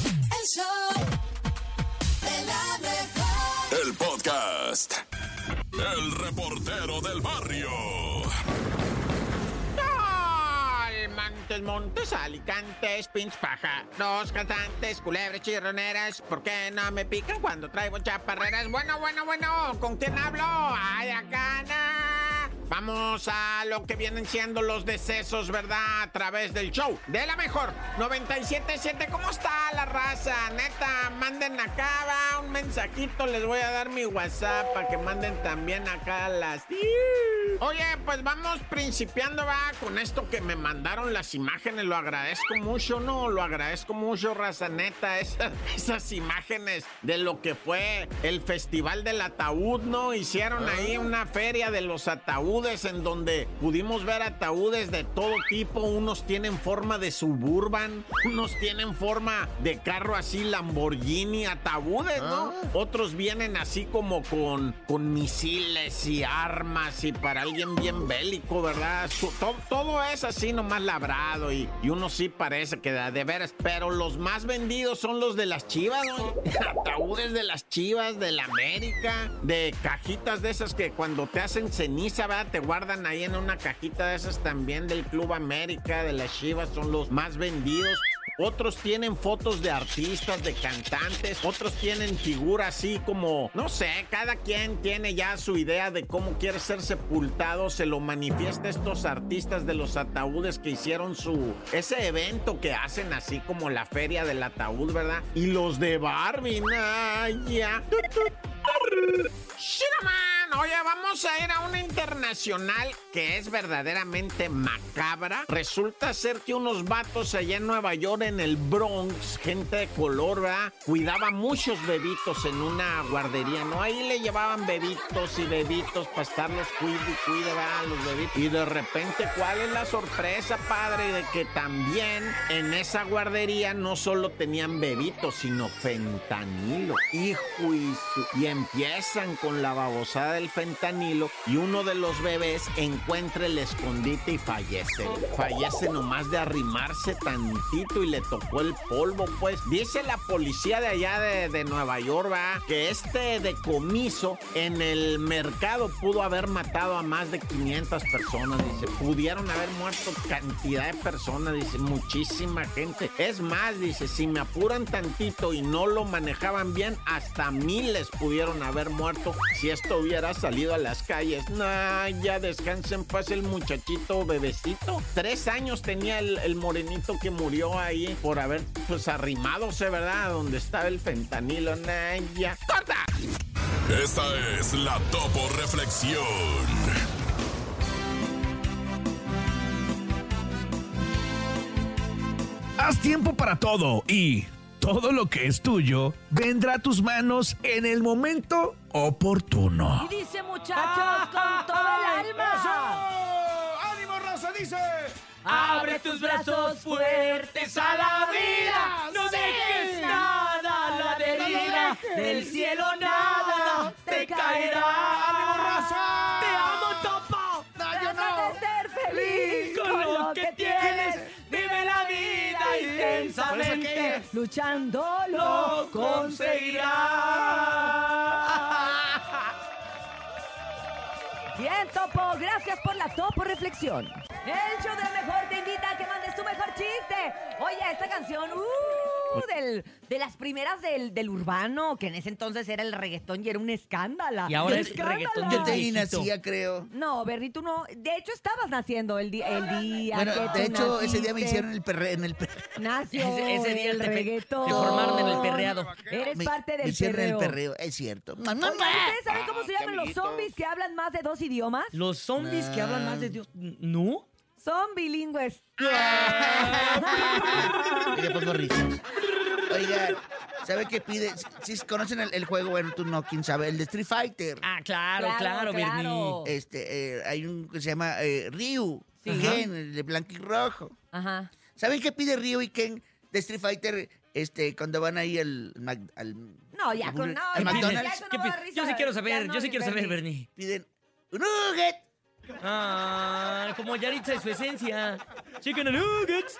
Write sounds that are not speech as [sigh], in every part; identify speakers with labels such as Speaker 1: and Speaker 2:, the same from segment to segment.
Speaker 1: El show de la mejor.
Speaker 2: El podcast. El reportero del barrio.
Speaker 3: Almantes, montes, alicantes, pinch paja. Los cantantes, culebres, chirroneras. ¿Por qué no me pican cuando traigo chaparreras? Bueno, bueno, bueno. ¿Con quién hablo? ¡Ay, acá na. Vamos a lo que vienen siendo los decesos, ¿verdad? A través del show de la mejor 977. ¿Cómo está la raza? Neta, manden acá va, un mensajito. Les voy a dar mi WhatsApp para que manden también acá las. Oye, pues vamos principiando, va, con esto que me mandaron las imágenes. Lo agradezco mucho, ¿no? Lo agradezco mucho, raza neta. [laughs] Esas, esas imágenes de lo que fue el Festival del Ataúd, ¿no? Hicieron ahí una feria de los ataúdes en donde pudimos ver ataúdes de todo tipo. Unos tienen forma de suburban, unos tienen forma de carro así, Lamborghini, ataúdes, ¿no? Otros vienen así como con, con misiles y armas y para alguien bien bélico, ¿verdad? Su- to- todo, es así nomás labrado y, y uno sí parece que da de veras, pero los más vendidos son los de las chivas, ¿no? [laughs] Ataúdes de las chivas, de la América, de cajitas de esas que cuando te hacen ceniza, ¿verdad? Te guardan ahí en una cajita de esas también del Club América, de las chivas, son los más vendidos. Otros tienen fotos de artistas, de cantantes, otros tienen figuras así como, no sé, cada quien tiene ya su idea de cómo quiere ser sepultado, se lo manifiesta a estos artistas de los ataúdes que hicieron su ese evento que hacen así como la feria del ataúd, ¿verdad? Y los de Barbie, ay, ya. Shiraman, oye, vamos a ir a una internacional que es verdaderamente macabra. Resulta ser que unos vatos allá en Nueva York, en el Bronx, gente de color, ¿verdad? Cuidaba muchos bebitos en una guardería, ¿no? Ahí le llevaban bebitos y bebitos para estarlos cuide y cuide, ¿verdad? Los bebitos. Y de repente, ¿cuál es la sorpresa, padre? De que también en esa guardería no solo tenían bebitos, sino fentanilo. Hijo y su- Y empiezan con la babosada del fentanilo y uno de los bebés encuentra el escondite y fallece. Fallece nomás de arrimarse tantito y le tocó el polvo, pues. Dice la policía de allá de, de Nueva York, ¿va? que este decomiso en el mercado pudo haber matado a más de 500 personas, dice. Pudieron haber muerto cantidad de personas, dice, muchísima gente. Es más, dice, si me apuran tantito y no lo manejaban bien, hasta miles pudieron haber muerto si esto hubiera salido a las calles. Nah, ya descansen paz el muchachito bebecito. Tres años tenía el, el morenito que murió ahí por haber, pues, arrimadose, ¿verdad? Donde estaba el fentanilo. Nah, ya. ¡Corta!
Speaker 2: Esta es la Topo Reflexión.
Speaker 4: Haz tiempo para todo y todo lo que es tuyo vendrá a tus manos en el momento oportuno.
Speaker 5: Y dice muchachos con todo el alma.
Speaker 6: ¡Ánimo, raza! Dice.
Speaker 5: ah, Abre tus brazos fuertes a la vida. No dejes nada a la deriva. Del cielo nada te caerá.
Speaker 6: ¡Ánimo, raza!
Speaker 5: Te amo, topo.
Speaker 6: No, yo
Speaker 5: Trata de
Speaker 6: no.
Speaker 5: ser feliz con lo que tienes. Vive la vida intensamente. Luchando lo conseguirás. Bien, Topo, gracias por la Topo Reflexión. El show de la mejor te invita a que mandes tu mejor chiste. Oye, esta canción, uh, del- de las primeras del, del urbano, que en ese entonces era el reggaetón y era un escándalo.
Speaker 7: Y ahora
Speaker 5: ¡Un
Speaker 7: es reggaetón
Speaker 5: escándalo!
Speaker 7: de
Speaker 8: Te
Speaker 7: Ay, Tito.
Speaker 8: nacía, creo. Ah,
Speaker 5: No, Bernie, tú no. De hecho, estabas naciendo el, di- el día.
Speaker 8: Bueno,
Speaker 5: que
Speaker 8: de
Speaker 5: tú
Speaker 8: hecho, ese día me
Speaker 5: naciste.
Speaker 8: hicieron el perre en el
Speaker 5: [laughs]
Speaker 8: perre-
Speaker 5: Nació
Speaker 7: Ese- ese día
Speaker 5: el
Speaker 7: te pe-
Speaker 5: reggaetón.
Speaker 7: te formaron en el perreado.
Speaker 5: Eres
Speaker 8: me-
Speaker 5: parte
Speaker 8: me
Speaker 5: del
Speaker 8: hicieron
Speaker 5: perreo.
Speaker 8: el perreo, es cierto. Ah, ¡Mua, mua,
Speaker 5: Oigan,
Speaker 8: mua!
Speaker 5: ¿Ustedes saben cómo se llaman los zombies que hablan más de dos idiomas?
Speaker 7: Los zombies que hablan
Speaker 9: Ah.
Speaker 7: más de Dios. ¿No?
Speaker 5: Son bilingües.
Speaker 8: Y le pongo risas. Oiga, ¿sabe qué pide? Si si conocen el, el juego, bueno, tú no, quién sabe, el de Street Fighter.
Speaker 7: Ah, claro,
Speaker 5: Claro,
Speaker 7: claro,
Speaker 5: claro.
Speaker 7: Bernie.
Speaker 8: Este, eh, hay un que se llama eh, Ryu,
Speaker 5: Sí.
Speaker 8: Ken, el de blanco y rojo.
Speaker 5: Ajá.
Speaker 8: ¿Saben qué pide Ryu y Ken de Street Fighter este, cuando van ahí al, Mac- al-
Speaker 5: No, ya con no,
Speaker 8: al
Speaker 5: ya,
Speaker 8: McDonald's?
Speaker 5: ya eso
Speaker 7: ¿Qué
Speaker 5: no
Speaker 7: pi-
Speaker 5: da risa,
Speaker 7: yo sí quiero
Speaker 5: ya
Speaker 7: saber,
Speaker 5: no,
Speaker 7: yo sí quiero saber,
Speaker 5: Bernie.
Speaker 7: Bernie.
Speaker 8: Piden un nugget.
Speaker 7: Ah, como Yaritza y su esencia. Chicken and nuggets.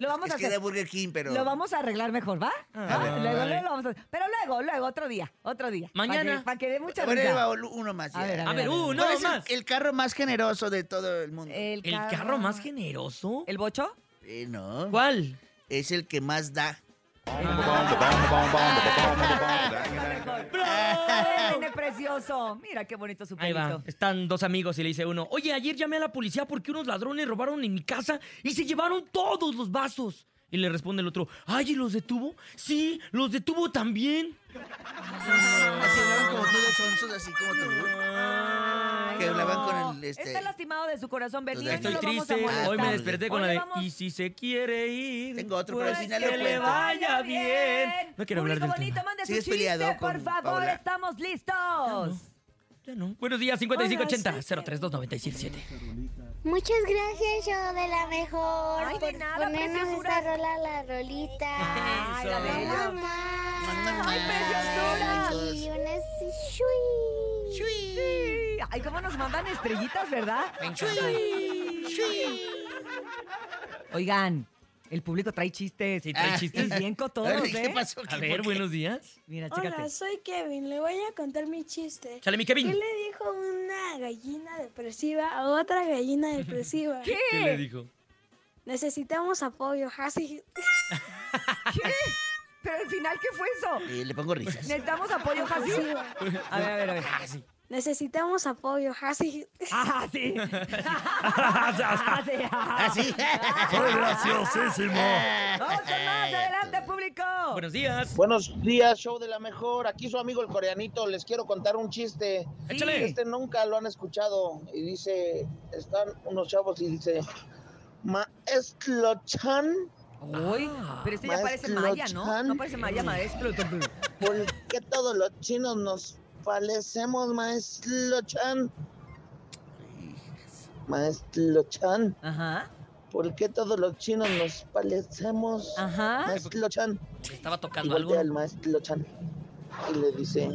Speaker 5: Lo vamos
Speaker 9: es
Speaker 5: a
Speaker 9: que de
Speaker 5: hacer.
Speaker 9: Burger King, pero.
Speaker 5: Lo vamos a arreglar mejor, ¿va?
Speaker 7: Ah.
Speaker 5: ¿Va?
Speaker 9: ver,
Speaker 5: luego,
Speaker 9: vale.
Speaker 5: luego lo vamos a Pero luego, luego, otro día, otro día.
Speaker 7: Mañana.
Speaker 5: Para que, pa' que dé mucha
Speaker 9: Bueno, ahí
Speaker 5: risa.
Speaker 9: va uno más.
Speaker 5: A
Speaker 9: ya.
Speaker 5: ver,
Speaker 7: A ver, uh, no
Speaker 9: ¿Cuál es el-
Speaker 7: más.
Speaker 9: El, carro más generoso de todo el mundo?
Speaker 5: El,
Speaker 7: ¿El carro más generoso?
Speaker 5: ¿El bocho?
Speaker 9: Eh, no.
Speaker 7: ¿Cuál?
Speaker 9: Es el que más da.
Speaker 5: [laughs] ¡Ay, nene precioso! Mira qué bonito su
Speaker 7: Ahí va.
Speaker 5: pelito.
Speaker 7: Están dos amigos y le dice uno, oye, ayer llamé a la policía porque unos ladrones robaron en mi casa y se llevaron todos los vasos. Y le responde el otro, ay, ¿y los detuvo? Sí, los detuvo también.
Speaker 9: Así hablaban Ah, como tú los onzos, así como tú.
Speaker 7: Ah,
Speaker 5: Ay,
Speaker 9: Que hablaban
Speaker 5: no.
Speaker 9: con el, este-
Speaker 5: Está lastimado de su corazón, Bernie.
Speaker 9: Estoy
Speaker 7: Estoy
Speaker 5: no lo vamos a
Speaker 7: triste,
Speaker 5: molestar.
Speaker 7: hoy me
Speaker 9: molestar.
Speaker 7: desperté con
Speaker 5: Hoy
Speaker 7: la
Speaker 5: le
Speaker 7: de,
Speaker 5: vamos-
Speaker 7: y si se quiere ir,
Speaker 9: Tengo otro, pero al
Speaker 7: pues
Speaker 9: final lo
Speaker 7: que le
Speaker 9: cuento.
Speaker 7: vaya bien. No quiero hablar
Speaker 5: Público
Speaker 7: del
Speaker 5: bonito,
Speaker 7: tema.
Speaker 5: mande su
Speaker 9: Sigues
Speaker 5: chiste,
Speaker 9: peleado
Speaker 5: por
Speaker 9: con
Speaker 5: favor,
Speaker 9: Paola.
Speaker 5: estamos listos.
Speaker 7: Ya no. Buenos días,
Speaker 5: Hola,
Speaker 7: 5580
Speaker 5: sí.
Speaker 7: 03297.
Speaker 10: Muchas gracias, yo de la mejor.
Speaker 5: Ay, de
Speaker 10: por
Speaker 5: nada,
Speaker 10: ponernos
Speaker 5: preciosuras.
Speaker 10: esta rola, la
Speaker 5: [laughs]
Speaker 10: rolita.
Speaker 5: Ay, la bella.
Speaker 10: Mamá.
Speaker 5: Ay, preciosuras.
Speaker 10: Y unas shui.
Speaker 5: Sí. Ay, cómo nos mandan estrellitas, ¿verdad? Oigan, el público trae chistes.
Speaker 7: Sí, trae chistes.
Speaker 5: Y [laughs] bien cotodos,
Speaker 9: Ah. Ay,
Speaker 5: ¿eh?
Speaker 9: ¿Qué pasó?
Speaker 7: A
Speaker 9: ¿Qué-
Speaker 7: ver,
Speaker 9: por qué?
Speaker 7: buenos días.
Speaker 5: Mira, chécate.
Speaker 6: Hola, soy Kevin. Le voy a contar mi chiste.
Speaker 7: Chale, mi
Speaker 6: ¿Qué
Speaker 7: Kevin.
Speaker 6: le dijo una gallina depresiva a otra
Speaker 5: [laughs]
Speaker 6: gallina depresiva?
Speaker 5: ¿Qué?
Speaker 7: ¿Qué le dijo?
Speaker 6: Necesitamos apoyo, Ah, así.
Speaker 5: [laughs] ¿Qué? Pero al final, ¿qué fue eso?
Speaker 9: Eh, le pongo risas.
Speaker 5: Necesitamos apoyo, Jassi. A ver, a ver, ah, a ver.
Speaker 6: Necesitamos apoyo, así.
Speaker 5: Ah,
Speaker 7: [laughs]
Speaker 5: sí. Ah, sí.
Speaker 9: Ah, sí.
Speaker 11: ¡Fue graciosísimo!
Speaker 9: Ah.
Speaker 5: Vamos con más, adelante, público.
Speaker 7: Buenos días.
Speaker 12: Buenos días, show de la mejor. Aquí su amigo el coreanito. Les quiero contar un chiste.
Speaker 7: Échale.
Speaker 12: Este nunca lo han escuchado. Y dice, están unos chavos y dice, Maestro Chan,
Speaker 5: Uy, pero este ya parece
Speaker 12: Maestro
Speaker 5: maya, ¿no? No
Speaker 12: Chan.
Speaker 5: parece maya, maestro.
Speaker 12: [laughs] ¿por qué todos los chinos nos parecemos, Maestro Chan? Maestro Chan,
Speaker 5: Ajá,
Speaker 12: ¿por qué todos los chinos nos parecemos?
Speaker 5: ajá.
Speaker 12: Maestro Chan.
Speaker 7: Estaba
Speaker 12: Y
Speaker 7: tocando algo.
Speaker 12: voltea al maestro Chan y le dice,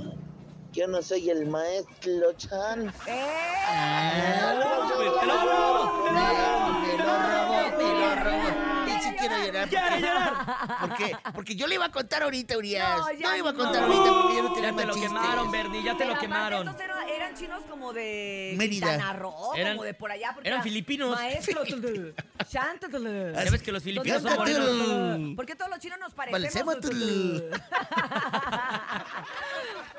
Speaker 12: yo no soy el maestro Chan.
Speaker 5: ¡Eh!
Speaker 7: ¡Te lo robo! ¡Te lo robo!
Speaker 9: Te lo robo, te lo robo. Ni siquiera llorar.
Speaker 7: ¡Ya, ya, ya!
Speaker 9: ¿Por qué? Porque yo le iba a contar ahorita, Urias.
Speaker 5: No,
Speaker 9: No,
Speaker 5: ya
Speaker 9: le iba a
Speaker 5: no.
Speaker 9: contar ahorita porque yo no tenía
Speaker 7: Ya te
Speaker 9: más
Speaker 7: lo
Speaker 9: chistes.
Speaker 7: quemaron, Bernie, ya te
Speaker 5: Pero
Speaker 7: lo
Speaker 5: aparte,
Speaker 7: quemaron.
Speaker 5: estos eran, eran chinos como de
Speaker 9: Mérida.
Speaker 5: Quintana Roo,
Speaker 7: Eran-
Speaker 5: como de por allá. porque
Speaker 7: eran
Speaker 5: era
Speaker 9: [laughs]
Speaker 7: filipinos.
Speaker 5: Maestro. Chanta.
Speaker 7: Ya ves que los filipinos son
Speaker 9: Cántate
Speaker 7: morenos.
Speaker 9: el-
Speaker 5: ¿Por qué todos los chinos nos
Speaker 9: Parecemos
Speaker 5: parecemos? [laughs]
Speaker 9: tul.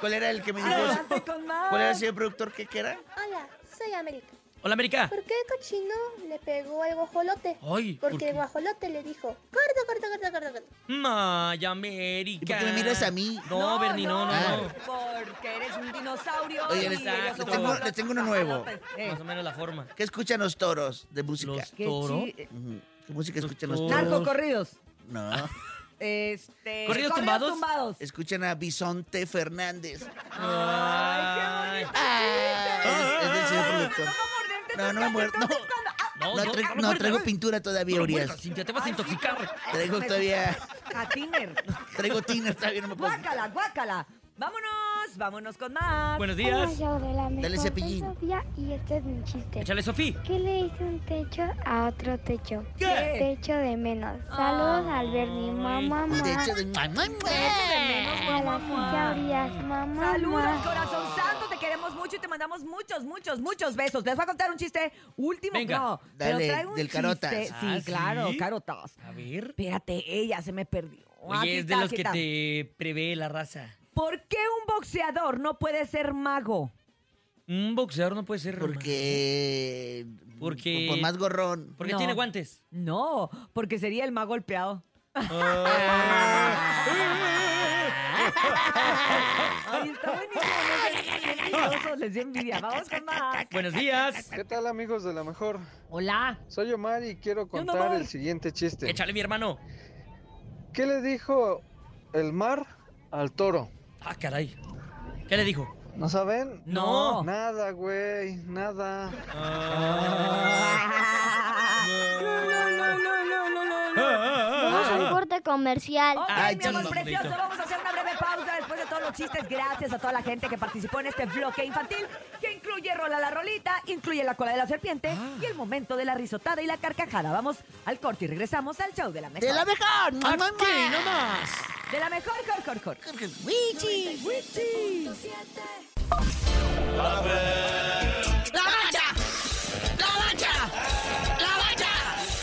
Speaker 9: ¿Cuál era el que me dijo?
Speaker 5: Adelante con más.
Speaker 9: ¿Cuál era el señor productor que qué era?
Speaker 10: Hola, soy América.
Speaker 7: Hola, América.
Speaker 10: ¿Por qué el cochino le pegó al guajolote?
Speaker 7: Ay, ¿por
Speaker 10: Porque
Speaker 7: qué?
Speaker 10: el guajolote le dijo, corta, corta, corta, corta, corta.
Speaker 7: Maya, América.
Speaker 9: ¿Y por qué me miras a mí? Ah.
Speaker 7: No, Bernie, no, no, no.
Speaker 5: Porque eres un dinosaurio.
Speaker 9: Oye,
Speaker 5: y
Speaker 9: le-
Speaker 5: ellos
Speaker 7: le
Speaker 5: son
Speaker 7: tengo-
Speaker 5: como
Speaker 9: le Ah, tengo uno
Speaker 5: los
Speaker 9: nuevo.
Speaker 5: papalotes. Eh,
Speaker 7: Más o menos la forma.
Speaker 9: ¿Qué escuchan los toros de música?
Speaker 7: Los
Speaker 5: qué
Speaker 7: toro.
Speaker 5: chi- eh,
Speaker 9: Ujú. ¿Qué música escuchan los
Speaker 7: Los
Speaker 9: toros?
Speaker 7: toros.
Speaker 5: Narcocorridos.
Speaker 9: No.
Speaker 5: Este,
Speaker 7: ¿Corridos tumbados?
Speaker 5: tumbados.
Speaker 9: Escuchan a Bisonte Fernández.
Speaker 7: Ay,
Speaker 9: Ah, es, es del señor productor.
Speaker 5: ¿Cómo morderte
Speaker 9: No,
Speaker 5: tus
Speaker 9: no me muer-
Speaker 5: cachetes?
Speaker 9: no.
Speaker 5: Cuando- ah,
Speaker 7: No,
Speaker 9: No,
Speaker 7: no,
Speaker 9: tra-
Speaker 7: no,
Speaker 9: no,
Speaker 7: no,
Speaker 9: traigo
Speaker 7: no.
Speaker 9: pintura todavía,
Speaker 7: Pero bueno,
Speaker 9: Urias.
Speaker 7: Cintia, te vas a intoxicar.
Speaker 9: Traigo
Speaker 5: [laughs]
Speaker 9: todavía.
Speaker 5: A Tiner.
Speaker 9: [laughs] Traigo tiner, todavía no me puedo.
Speaker 5: Guácala, guácala. Vámonos, vámonos con más.
Speaker 7: Buenos
Speaker 10: Hola,
Speaker 7: días.
Speaker 10: yo de la mejor. soy
Speaker 9: cepillín.
Speaker 10: Sofía y este es mi chiste.
Speaker 7: Échale, Sofía.
Speaker 10: ¿Qué le dice un techo a otro techo?
Speaker 5: ¿Qué?
Speaker 10: Techo de menos. Saludos al Bernie. Mamá, mamá.
Speaker 9: De hecho, de...
Speaker 10: A la silla Urias. Mamá,
Speaker 5: Saludos,
Speaker 10: mamá.
Speaker 5: corazón santo, te queremos mucho y te mandamos muchos, muchos, muchos besos. Les voy a contar un chiste último.
Speaker 7: Venga.
Speaker 5: no,
Speaker 9: Dale,
Speaker 5: traigo un
Speaker 9: del
Speaker 5: chiste.
Speaker 9: Carotas.
Speaker 5: Sí,
Speaker 7: Ah, ¿sí?
Speaker 5: claro, carotas.
Speaker 7: A ver.
Speaker 5: Espérate, ella se me perdió. Aquí
Speaker 7: Oye, es de
Speaker 5: está,
Speaker 7: los
Speaker 5: aquí
Speaker 7: que
Speaker 5: está.
Speaker 7: te prevé la raza.
Speaker 5: ¿Por qué un boxeador no puede ser mago?
Speaker 7: Un boxeador no puede ser.
Speaker 9: Porque.
Speaker 7: Porque-
Speaker 9: Por más gorrón.
Speaker 7: Porque
Speaker 5: No.
Speaker 7: tiene guantes. Oh.
Speaker 5: No, porque sería el más golpeado. [laughs] Ay, está buenísimo. no sé, qué mentirosos, Les di envidia. Vamos con más.
Speaker 7: Buenos días.
Speaker 12: ¿Qué tal amigos de la mejor?
Speaker 5: Hola.
Speaker 12: Soy Omar y quiero
Speaker 5: Yo no
Speaker 12: contar
Speaker 5: voy.
Speaker 12: el siguiente
Speaker 9: Este.
Speaker 12: chiste.
Speaker 7: Échale, mi hermano.
Speaker 12: ¿Qué le dijo el mar al toro?
Speaker 7: Ah, caray. ¿Qué le dijo?
Speaker 12: ¿No saben?
Speaker 5: No.
Speaker 12: Nada, güey, nada.
Speaker 5: Ah.
Speaker 6: Ah. Ah,
Speaker 10: Vamos a un corte comercial.
Speaker 5: Ok,
Speaker 9: Ay,
Speaker 5: mi amor
Speaker 9: chamba,
Speaker 5: precioso,
Speaker 7: bonito.
Speaker 5: vamos a hacer una breve pausa después de todos los chistes. Gracias a toda la gente que participó en este bloque infantil, que incluye Incluye rola la rolita, incluye la cola de la serpiente y el momento de la risotada y la carcajada. Vamos al corte y regresamos al show de la mejor.
Speaker 8: ¡De la mejor! ¡Mua, mua,
Speaker 5: Aquí
Speaker 8: mua!
Speaker 5: nomás. De la mejor, cor, cor, cor.
Speaker 8: ¡Wichi!
Speaker 5: ¡Wichi!
Speaker 1: ¡La mancha! ¡La mancha! ¡La mancha!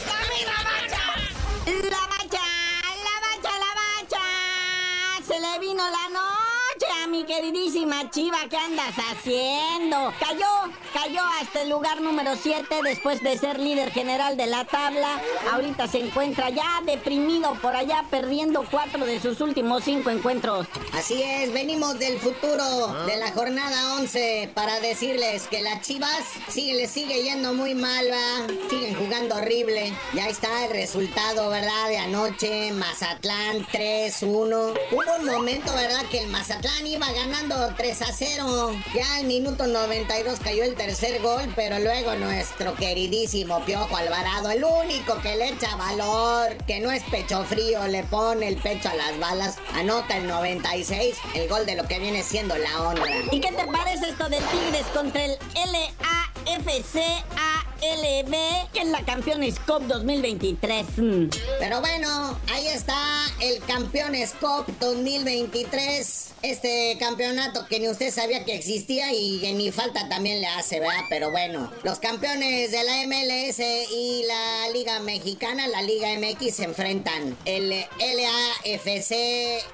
Speaker 1: ¡A mí la mancha! ¡La mancha! ¡La mancha! ¡La mancha! Se le vino la noche a mi queridísima Chiva. ¿Qué andas haciendo? Cayó, cayó hasta el lugar número 7 después de ser líder general de la tabla. Ahorita se encuentra ya deprimido por allá, perdiendo cuatro de sus últimos cinco encuentros.
Speaker 13: Así es, venimos del futuro, de la jornada 11, para decirles que las Chivas sigue, le sigue yendo muy mal, ¿va? siguen jugando horrible. Ya está el resultado, ¿verdad? De anoche, Mazatlán 3-1. Hubo un momento, ¿verdad? Que el Mazatlán iba ganando 3-0. Ya al minuto 92 cayó el tercer gol, pero luego nuestro queridísimo Piojo Alvarado, el único que le echa valor, que no es pecho frío, le pone el pecho a las balas, anota el 96, el gol de lo que viene siendo la honra.
Speaker 1: ¿Y qué te parece esto de Tigres contra el LAFCALB, que es la Campeones Cup 2023? Mm.
Speaker 13: Pero bueno, ahí está el Campeones Cup 2023. Este campeonato que ni usted sabía que existía y que ni falta también le hace, ¿verdad? Pero bueno, los campeones de la MLS y la Liga Mexicana, la Liga MX, se enfrentan. El LAFC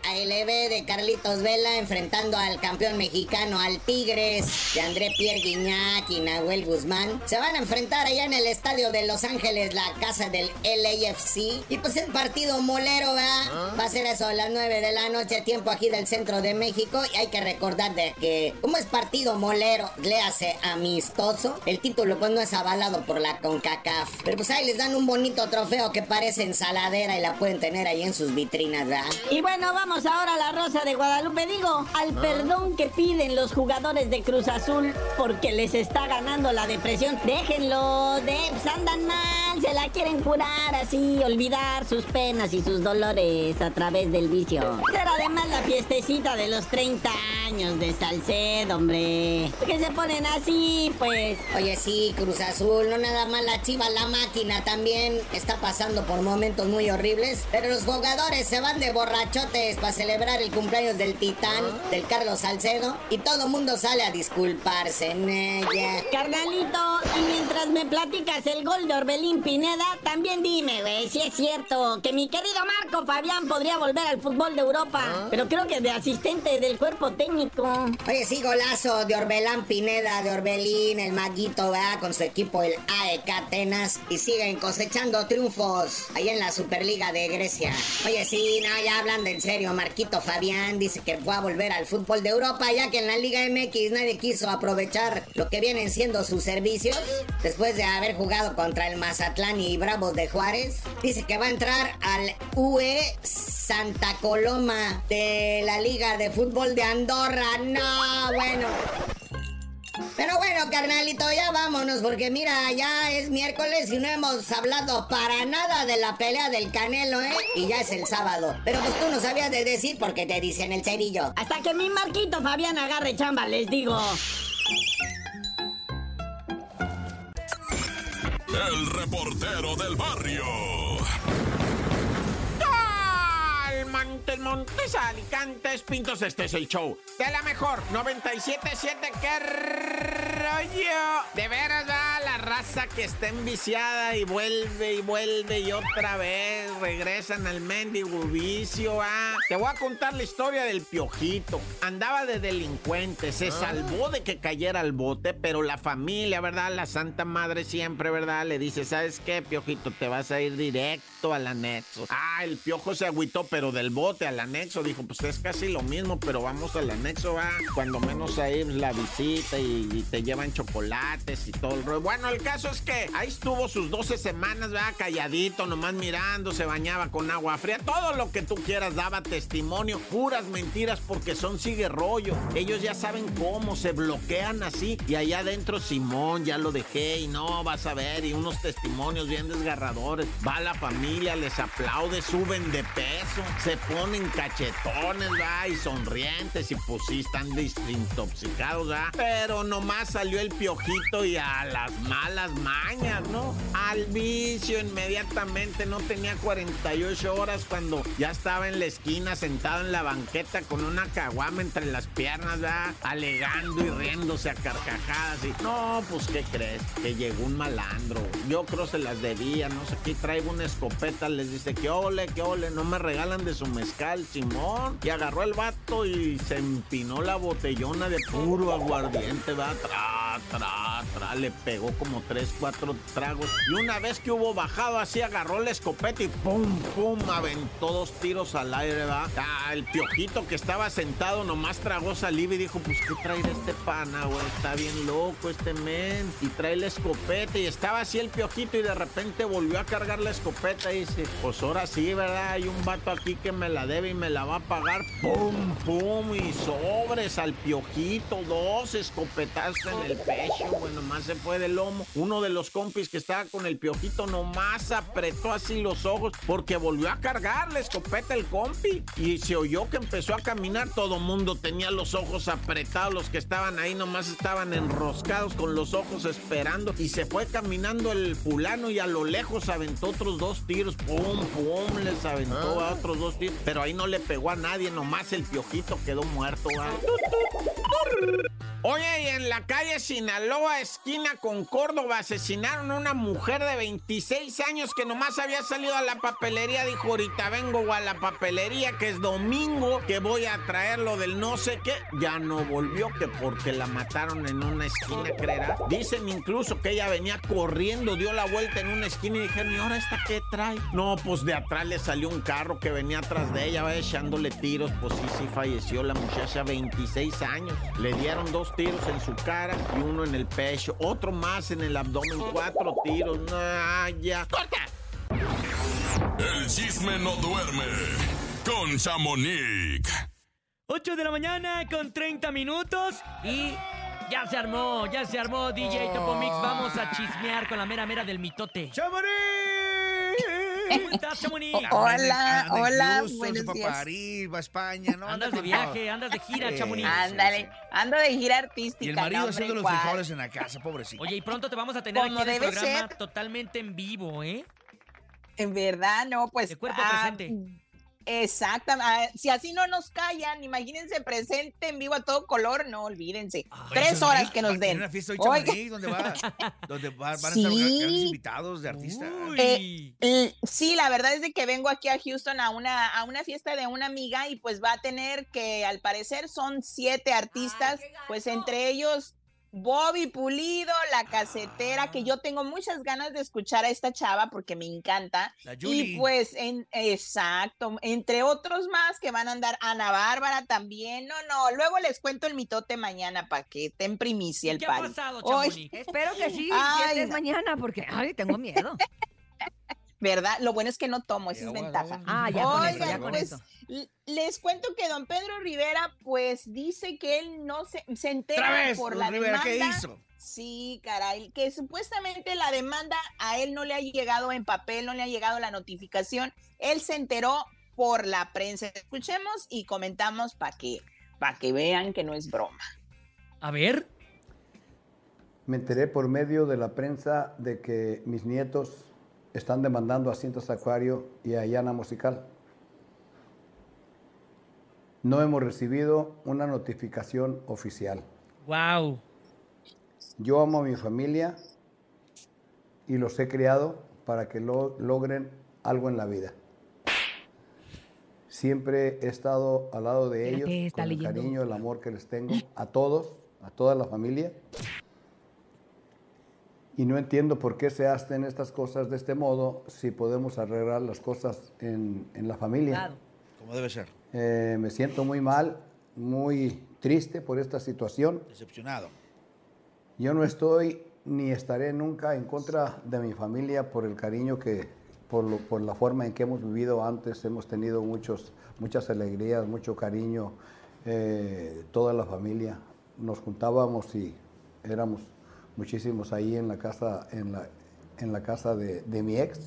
Speaker 13: ALB de Carlitos Vela enfrentando al campeón mexicano, al Tigres de André Pierre Guignac y Nahuel Guzmán. Se van a enfrentar allá en el estadio de Los Ángeles, la casa del LAFC. Y pues el partido molero, ¿verdad? Va a ser eso a las 9 de la noche, tiempo aquí del centro de México. Y hay que recordar de que, como es partido molero, le hace amistoso. El título, pues no es avalado por la CONCACAF. Pero pues ahí les dan un bonito trofeo que parece ensaladera y la pueden tener ahí en sus vitrinas, ¿verdad?
Speaker 1: Y bueno, vamos ahora a la Rosa de Guadalupe. Digo, al perdón que piden los jugadores de Cruz Azul porque les está ganando la depresión. Déjenlo, de, pues andan mal, se la quieren curar así, olvidar sus penas y sus dolores a través del vicio. Será además la fiestecita de los 30 años de Salcedo, hombre. ¿Por qué se ponen así, pues?
Speaker 13: Oye, sí, Cruz Azul, no nada más la chiva, la máquina también está pasando por momentos muy horribles. Pero los jugadores se van de borrachotes para celebrar el cumpleaños del titán,
Speaker 1: Ah.
Speaker 13: del Carlos Salcedo, y todo mundo sale a disculparse en ella.
Speaker 1: Carnalito, y mientras me platicas el gol de Orbelín Pineda, también dime, güey, si es cierto que mi querido Marco Fabián podría volver al fútbol de Europa,
Speaker 9: Ah,
Speaker 1: pero creo que de asistente del cuerpo técnico.
Speaker 13: Oye, sí, golazo de Orbelán Pineda, de Orbelín, el maguito, ¿verdad? Con su equipo, el AEK Atenas. Y siguen cosechando triunfos ahí en la Superliga de Grecia. Oye, sí, no, ya hablando en serio, Marquito Fabián dice que va a volver al fútbol de Europa, ya que en la Liga MX nadie quiso aprovechar lo que vienen siendo sus servicios. Después de haber jugado contra el Mazatlán y Bravos de Juárez, dice que va a entrar al UE Santa Coloma de la Liga de Fútbol de Andorra. No, bueno. Pero bueno, carnalito, ya vámonos, porque mira, ya es miércoles y no hemos hablado para nada de la pelea del Canelo, ¿eh? Y ya es el sábado. Pero pues tú no sabías de decir porque te dicen el cerillo.
Speaker 1: Hasta que mi Marquito Fabián agarre chamba, les digo.
Speaker 2: El reportero del barrio.
Speaker 3: Montes, Montes, Alicantes, Pintos, este es el show de la mejor 977 qué rollo. De veras va la raza que está enviciada y vuelve y vuelve y otra vez regresan al mendigo vicio. ah. Te voy a contar la historia del piojito. Andaba de delincuente, se salvó de que cayera al bote, pero la familia, ¿verdad? La Santa Madre siempre, ¿verdad? Le dice, ¿sabes qué, piojito? Te vas a ir directo al anexo. Ah, el piojo se agüitó, pero del bote al anexo. Dijo, pues es casi lo mismo, pero vamos al anexo, va. Cuando menos ahí pues, la visita y, y te llevan chocolates y todo el rollo. Bueno, el el caso es que ahí estuvo sus 12 semanas, ¿verdad? Calladito, nomás mirando, se bañaba con agua fría, todo lo que tú quieras, daba testimonio, puras mentiras porque son sigue rollo. Ellos ya saben cómo, se bloquean así. Y allá adentro, Simón, ya lo dejé y no, vas a ver, y unos testimonios bien desgarradores. Va la familia, les aplaude, suben de peso, se ponen cachetones, ¿verdad? Y sonrientes, y pues sí, están desintoxicados, ¿verdad? Pero nomás salió el piojito y a las malas mañas, ¿no? Al vicio inmediatamente, no tenía 48 horas cuando ya estaba en la esquina, sentado en la banqueta con una caguama entre las piernas, ¿verdad? Alegando y riéndose a carcajadas y... No, pues, ¿qué crees? Que llegó un malandro. Yo creo se las debía, no sé, aquí traigo una escopeta, les dice que ole, que ole, no me regalan de su mezcal, Simón. Y agarró el vato y se empinó la botellona de puro aguardiente, va, tra, tra, tra, le pegó como tres, cuatro tragos. Y una vez que hubo bajado así, agarró la escopeta y pum, pum, aventó dos tiros al aire, va. Ah, el piojito que estaba sentado nomás tragó saliva y dijo, pues, ¿qué traerá este pana, güey? Está bien loco este men. Y trae la escopeta y estaba así el piojito y de repente volvió a cargar la escopeta y dice, pues ahora sí, ¿verdad? Hay un vato aquí que me la debe y me la va a pagar. ¡Pum, pum! Y sobres al piojito, dos escopetazos en el pecho, bueno, más se fue del lomo. Uno de los compis que estaba con el piojito nomás apretó así los ojos porque volvió a cargar la escopeta el compi y se oyó que empezó a caminar. Todo mundo tenía los ojos apretados, los que estaban ahí nomás estaban enroscados con los ojos esperando y se fue caminando el fulano y a lo lejos aventó otros dos tiros. ¡Pum, pum! Les aventó a otros dos tiros. Pero ahí no le pegó a nadie, nomás el piojito quedó muerto. ah. Oye, y en la calle Sinaloa, esquina con Córdoba, asesinaron a una mujer de 26 años que nomás había salido a la papelería. Dijo, ahorita vengo a la papelería, que es domingo, que voy a traer lo del no sé qué. Ya no volvió, que porque la mataron en una esquina, creerá. Dicen incluso que ella venía corriendo, dio la vuelta en una esquina y dijeron, ¿y ahora esta qué trae? No, pues de atrás le salió un carro que venía atrás de ella, va echándole tiros. Pues sí, sí falleció la muchacha, 26 años. Le dieron dos tiros en su cara y uno en el pecho, otro más en el abdomen, cuatro tiros. Nah, ya. ¡Corta!
Speaker 2: El chisme no duerme con Chamonix.
Speaker 7: 8 de la mañana con 30 minutos y ya se armó, ya se armó
Speaker 14: Oh.
Speaker 7: DJ Topo Mix. Vamos a chismear con la mera mera del mitote. ¿Cómo estás, Chamonix?
Speaker 14: Oh, Hola, hola, buenos
Speaker 8: buenos
Speaker 14: días.
Speaker 8: París, va a España, ¿no?
Speaker 7: Andas de
Speaker 8: con
Speaker 7: viaje,
Speaker 8: todo.
Speaker 7: andas de gira,
Speaker 8: Sí,
Speaker 7: Chamonix.
Speaker 14: Ándale, ando de gira artística.
Speaker 8: Y el marido
Speaker 14: no, hombre,
Speaker 8: haciendo los
Speaker 14: ¿cuál?
Speaker 8: frijoles en la casa, pobrecito.
Speaker 7: Oye, y pronto te vamos a tener
Speaker 14: Como
Speaker 7: aquí en el
Speaker 14: debe
Speaker 7: programa
Speaker 14: ser.
Speaker 7: totalmente en vivo, ¿eh?
Speaker 14: En verdad, no, pues.
Speaker 7: De cuerpo presente.
Speaker 14: Exactamente. Si así no nos callan, imagínense presente en vivo a todo color, no olvídense.
Speaker 8: Oye,
Speaker 14: Tres
Speaker 8: Chamonix,
Speaker 14: horas que
Speaker 8: va a
Speaker 14: nos
Speaker 8: tener
Speaker 14: den.
Speaker 8: una fiesta hoy,
Speaker 14: Oiga,
Speaker 8: Chamonix, donde,
Speaker 7: [laughs]
Speaker 8: va, donde va- van a estar
Speaker 14: Sí.
Speaker 8: grandes invitados de artistas.
Speaker 14: Eh, l- sí, la verdad es de que vengo aquí a Houston a una, a una fiesta de una amiga y pues va a tener que, al parecer, son siete artistas, pues entre ellos Bobby Pulido, La Casetera, que yo tengo muchas ganas de escuchar a esta chava porque me encanta.
Speaker 8: La Yuli.
Speaker 14: Y pues, en, exacto, entre otros más que van a andar Ana Bárbara también. No, no, luego les cuento el mitote mañana para que estén primicia el
Speaker 7: ¿Qué ha
Speaker 14: party.
Speaker 7: pasado,
Speaker 14: Hoy-
Speaker 7: Chamonix?
Speaker 5: Espero que sí,
Speaker 14: Ay,
Speaker 5: si este es
Speaker 14: no.
Speaker 5: mañana, porque ay, tengo miedo.
Speaker 14: ¿Verdad? Lo bueno es que no tomo, esa es
Speaker 5: agua, de
Speaker 14: ventaja.
Speaker 5: Ah, ya con eso, ya
Speaker 14: Oigan,
Speaker 5: con
Speaker 14: pues,
Speaker 5: eso.
Speaker 14: l- Les cuento que don Pedro Rivera, pues dice que él no se, se entera
Speaker 8: Otra vez,
Speaker 14: por la
Speaker 8: Rivera, ¿qué
Speaker 14: demanda.
Speaker 8: hizo?
Speaker 14: Sí, caray, que supuestamente la demanda a él no le ha llegado en papel, no le ha llegado la notificación. Él se enteró por la prensa. Escuchemos y comentamos para que, para que vean que no es broma.
Speaker 7: A ver.
Speaker 15: Me enteré por medio de la prensa de que mis nietos están demandando a Cintas Acuario y a Yana Musical. No hemos recibido una notificación oficial.
Speaker 7: Wow.
Speaker 15: Yo amo a mi familia y los he criado para que lo- logren algo en la vida. Siempre he estado al lado de ellos
Speaker 5: Espérate, está
Speaker 15: con el
Speaker 5: leyendo.
Speaker 15: cariño, el amor que les tengo a todos, a toda la familia. Y no entiendo por qué se hacen estas cosas de este modo si podemos arreglar las cosas en, en la familia.
Speaker 8: Como debe ser,
Speaker 15: Eh, me siento muy mal, muy triste por esta situación.
Speaker 8: decepcionado.
Speaker 15: Yo no estoy ni estaré nunca en contra de mi familia por el cariño que, por, lo- por la forma en que hemos vivido antes, hemos tenido muchos, muchas alegrías, mucho cariño, eh, toda la familia. Nos juntábamos y éramos muchísimos ahí en la casa, en la, en la casa de, de mi ex.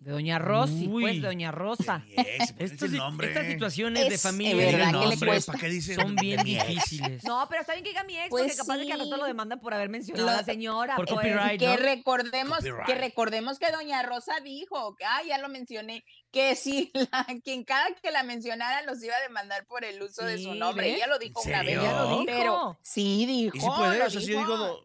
Speaker 5: De Doña Rosy,
Speaker 7: Uy.
Speaker 5: pues, Doña Rosa.
Speaker 7: Estas, si- estas
Speaker 14: ¿eh?
Speaker 7: situaciones de
Speaker 5: Es
Speaker 7: familia
Speaker 5: verdad
Speaker 7: de
Speaker 5: que le
Speaker 7: nombres
Speaker 5: cuesta.
Speaker 7: son bien difíciles.
Speaker 5: No, pero está bien que diga mi ex,
Speaker 14: Pues
Speaker 5: porque capaz de que al rato lo demandan por haber mencionado a la señora.
Speaker 7: Por
Speaker 5: pues.
Speaker 7: copyright,
Speaker 14: que recordemos
Speaker 7: Copyright.
Speaker 14: que recordemos que doña Rosa dijo que ah, ya lo mencioné que si [laughs] la, quien cada que la mencionara los iba a demandar por el uso de su
Speaker 5: Sí,
Speaker 14: nombre
Speaker 5: ¿ves?
Speaker 14: ella lo dijo
Speaker 5: ¿En
Speaker 14: una vez
Speaker 5: serio? Ella lo dijo.
Speaker 14: pero sí dijo
Speaker 9: ¿Y si puede?
Speaker 14: lo
Speaker 9: O sea, si yo
Speaker 14: dijo.
Speaker 9: digo, do-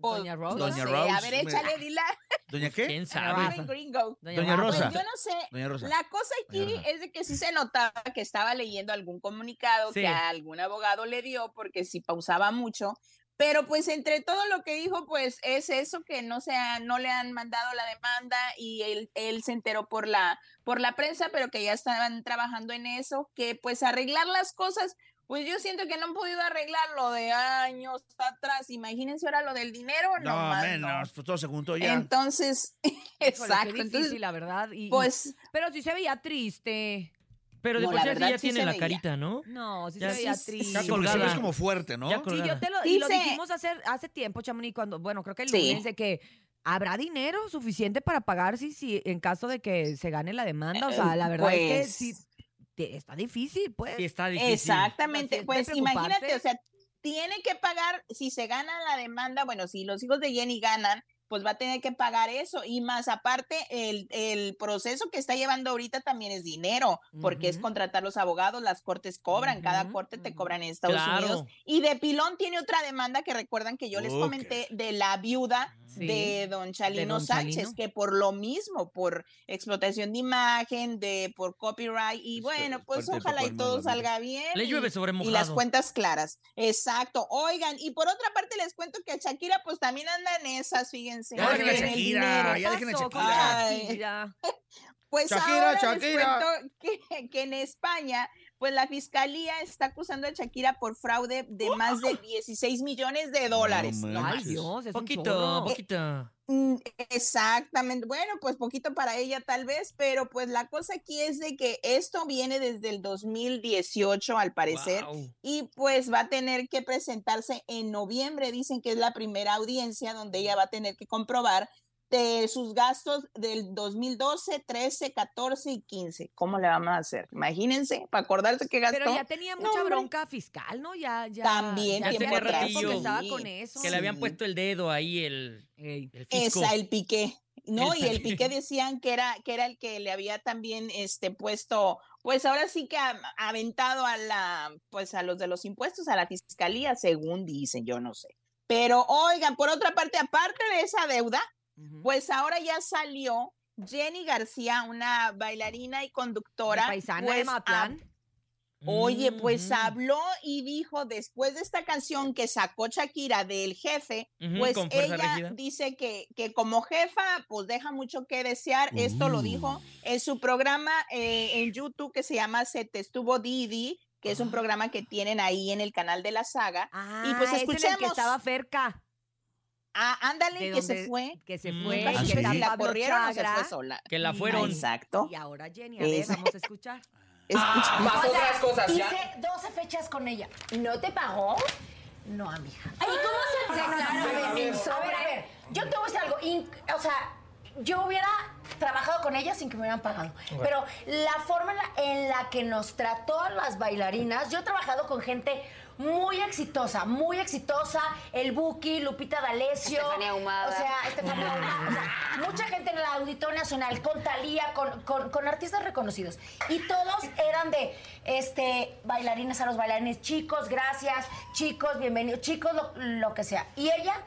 Speaker 14: Pues,
Speaker 5: Doña
Speaker 14: no
Speaker 5: Rose.
Speaker 9: Doña
Speaker 14: sé, a
Speaker 9: Rose,
Speaker 14: ver
Speaker 9: me-
Speaker 14: échale dila
Speaker 9: ¿Doña qué?
Speaker 7: ¿Quién
Speaker 14: Raven Gringo.
Speaker 9: Doña Doña Rosa.
Speaker 14: Pues yo no sé.
Speaker 9: Doña Rosa.
Speaker 14: La cosa aquí
Speaker 9: Doña Rosa.
Speaker 14: es de que sí se notaba que estaba leyendo algún comunicado
Speaker 9: Sí.
Speaker 14: que a algún abogado le dio porque sí pausaba mucho. Pero pues entre todo lo que dijo, pues es eso que no se ha- no le han mandado la demanda y él, él se enteró por la, por la prensa, pero que ya estaban trabajando en eso, que pues arreglar las cosas, pues yo siento que no han podido arreglar lo de años atrás. Imagínense ahora lo del dinero, no,
Speaker 9: No,
Speaker 14: más,
Speaker 9: menos, pues todo se juntó ya.
Speaker 14: Entonces, [laughs]
Speaker 5: Híjole,
Speaker 14: exacto.
Speaker 5: Qué difícil,
Speaker 14: entonces,
Speaker 5: la verdad. y- y-
Speaker 14: pues-
Speaker 5: pero sí se veía triste.
Speaker 7: Pero de
Speaker 14: No,
Speaker 7: por
Speaker 14: la
Speaker 7: sí así
Speaker 14: verdad
Speaker 7: ya
Speaker 14: sí
Speaker 7: tiene
Speaker 14: se
Speaker 7: la
Speaker 14: veía.
Speaker 7: carita, ¿no?
Speaker 5: No, sí
Speaker 7: Ya-
Speaker 5: se veía
Speaker 7: sí,
Speaker 5: triste.
Speaker 7: sí,
Speaker 9: Está colgada. Es como fuerte, ¿no?
Speaker 7: Ya
Speaker 5: Sí,
Speaker 7: colgada.
Speaker 5: yo te lo, y lo
Speaker 14: Dice-
Speaker 5: dijimos hace, hace tiempo, Chamonix, cuando, bueno, creo que el
Speaker 14: Sí.
Speaker 5: lunes, de que habrá dinero suficiente para pagar si, si en caso de que se gane la demanda. O sea, la verdad es que
Speaker 14: Pues-
Speaker 5: sí, te- está difícil, pues.
Speaker 7: Sí, está difícil.
Speaker 5: Así es,
Speaker 14: Exactamente.
Speaker 5: de
Speaker 14: Pues
Speaker 5: preocuparse.
Speaker 14: imagínate, o sea, tiene que pagar, si se gana la demanda, bueno, si los hijos de Jenny ganan, pues va a tener que pagar eso. Y más aparte, el, el proceso que está llevando ahorita también es dinero, porque es contratar los abogados, las cortes cobran, cada corte te cobran en Estados
Speaker 7: Claro.
Speaker 14: Unidos. Y de pilón tiene otra demanda que recuerdan que yo les
Speaker 7: Ok.
Speaker 14: comenté de la viuda
Speaker 5: Sí,
Speaker 14: de don Chalino
Speaker 5: don
Speaker 14: Sánchez,
Speaker 5: Chalino.
Speaker 14: que por lo mismo, por explotación de imagen, de por copyright, y bueno, pues
Speaker 7: parte de
Speaker 14: ojalá
Speaker 7: Este, Papá
Speaker 14: y
Speaker 7: del
Speaker 14: todo
Speaker 7: Mundo, mira.
Speaker 14: salga bien.
Speaker 7: Le
Speaker 14: y-
Speaker 7: llueve sobre
Speaker 14: Y las
Speaker 7: mojado.
Speaker 14: cuentas claras. Exacto. Oigan, y por otra parte les cuento que a Shakira pues también anda en esas, fíjense.
Speaker 9: Ya dejen a
Speaker 14: en el dinero.
Speaker 9: Shakira, ya dejen a
Speaker 5: Pasó con
Speaker 9: Shakira.
Speaker 14: Ay. [laughs]
Speaker 5: Shakira.
Speaker 14: Pues
Speaker 9: Shakira,
Speaker 14: ahora
Speaker 9: Shakira.
Speaker 14: les cuento que, que en España, pues la fiscalía está acusando a Shakira por fraude de más de 16 millones de dólares. No
Speaker 5: Ay,
Speaker 14: más.
Speaker 5: Dios, es un
Speaker 7: Poquito,
Speaker 5: chorro. Eh,
Speaker 7: poquito.
Speaker 14: Mm, Exactamente. Bueno, pues poquito para ella tal vez, pero pues la cosa aquí es de que esto viene desde el 2018 al parecer
Speaker 7: Guau.
Speaker 14: y pues va a tener que presentarse en noviembre. Dicen que es la primera audiencia donde ella va a tener que comprobar de sus gastos del 2012, 13, 14 y 15. ¿Cómo le vamos a hacer? Imagínense, para acordarse que gastó.
Speaker 5: Pero ya tenía
Speaker 14: No,
Speaker 5: mucha
Speaker 14: hombre.
Speaker 5: bronca fiscal, ¿no? Ya, ya.
Speaker 14: También
Speaker 5: ya
Speaker 14: tiempo
Speaker 5: tenía
Speaker 14: atrás.
Speaker 5: tiempo que
Speaker 7: Sí.
Speaker 5: estaba con eso.
Speaker 7: Que le habían
Speaker 14: Sí.
Speaker 7: puesto el dedo ahí, el,
Speaker 5: Ey.
Speaker 7: el fisco.
Speaker 14: Esa, el piqué. No,
Speaker 7: El
Speaker 14: y el
Speaker 7: Piqué.
Speaker 14: piqué decían que era, que era el que le había también este puesto, pues ahora sí que ha- aventado a la, pues a los de los impuestos, a la fiscalía, según dicen, yo no sé. Pero oigan, por otra parte, aparte de esa deuda, pues ahora ya salió Jenny García, una bailarina y conductora.
Speaker 5: La paisana de
Speaker 14: pues, a-
Speaker 5: Matlán.
Speaker 14: Oye, pues
Speaker 7: Ujú.
Speaker 14: habló y dijo después de esta canción que sacó Shakira del jefe,
Speaker 7: Ujú,
Speaker 14: pues
Speaker 7: con Fuerza
Speaker 14: ella
Speaker 7: Regida.
Speaker 14: dice que, que como jefa, pues deja mucho que desear. Esto
Speaker 5: Mm.
Speaker 14: lo dijo en su programa eh, en YouTube que se llama Se te estuvo Didi, que es un programa que tienen ahí en el canal de la saga.
Speaker 5: Ah,
Speaker 14: y pues
Speaker 5: es en el que
Speaker 14: escuchemos.
Speaker 5: estaba cerca.
Speaker 14: Ah, ándale,
Speaker 5: de
Speaker 14: que se
Speaker 5: donde-
Speaker 14: fue.
Speaker 5: Que se
Speaker 7: Mm.
Speaker 5: fue.
Speaker 7: Ah,
Speaker 5: y
Speaker 7: ¿sí?
Speaker 5: que está
Speaker 14: Si la
Speaker 5: Pablo
Speaker 14: corrieron o se
Speaker 5: Chagra.
Speaker 14: fue sola.
Speaker 7: Que la
Speaker 5: Y-
Speaker 7: fueron.
Speaker 14: Exacto.
Speaker 5: Y ahora Jenny, a ver,
Speaker 14: Esa.
Speaker 5: vamos a escuchar.
Speaker 16: Ah,
Speaker 14: Escucha.
Speaker 16: Más
Speaker 14: Ah, otras cosas, ¿ya?
Speaker 16: Hice 12 fechas con ella. ¿No te pagó? No, amiga. Ay, ¿cómo se
Speaker 14: Ah,
Speaker 17: No, no, no, no,
Speaker 16: claro,
Speaker 17: no,
Speaker 16: a ver,
Speaker 17: no, no,
Speaker 16: a ver, a ver. Yo te voy a decir algo. in- o sea, yo hubiera trabajado con ella sin que me hubieran pagado.
Speaker 17: Ok.
Speaker 16: Pero la forma en la, en la que nos trató a las bailarinas, yo he trabajado con gente muy exitosa, muy exitosa. El Buki, Lupita D'Alessio.
Speaker 17: Estefanía Ahumada.
Speaker 16: O sea, Estefanía Ahumada. O sea, mucha gente en el Auditorio Nacional, con Talía, con, con- con artistas reconocidos. Y todos eran de este bailarines a los bailarines, chicos, gracias, chicos, bienvenidos, chicos, lo, lo que sea. Y ella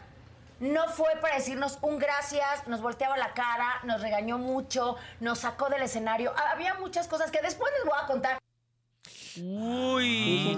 Speaker 16: no fue para decirnos un gracias, nos volteaba la cara, nos regañó mucho, nos sacó del escenario. Ha- Había muchas cosas que después les voy a contar.
Speaker 7: Uy.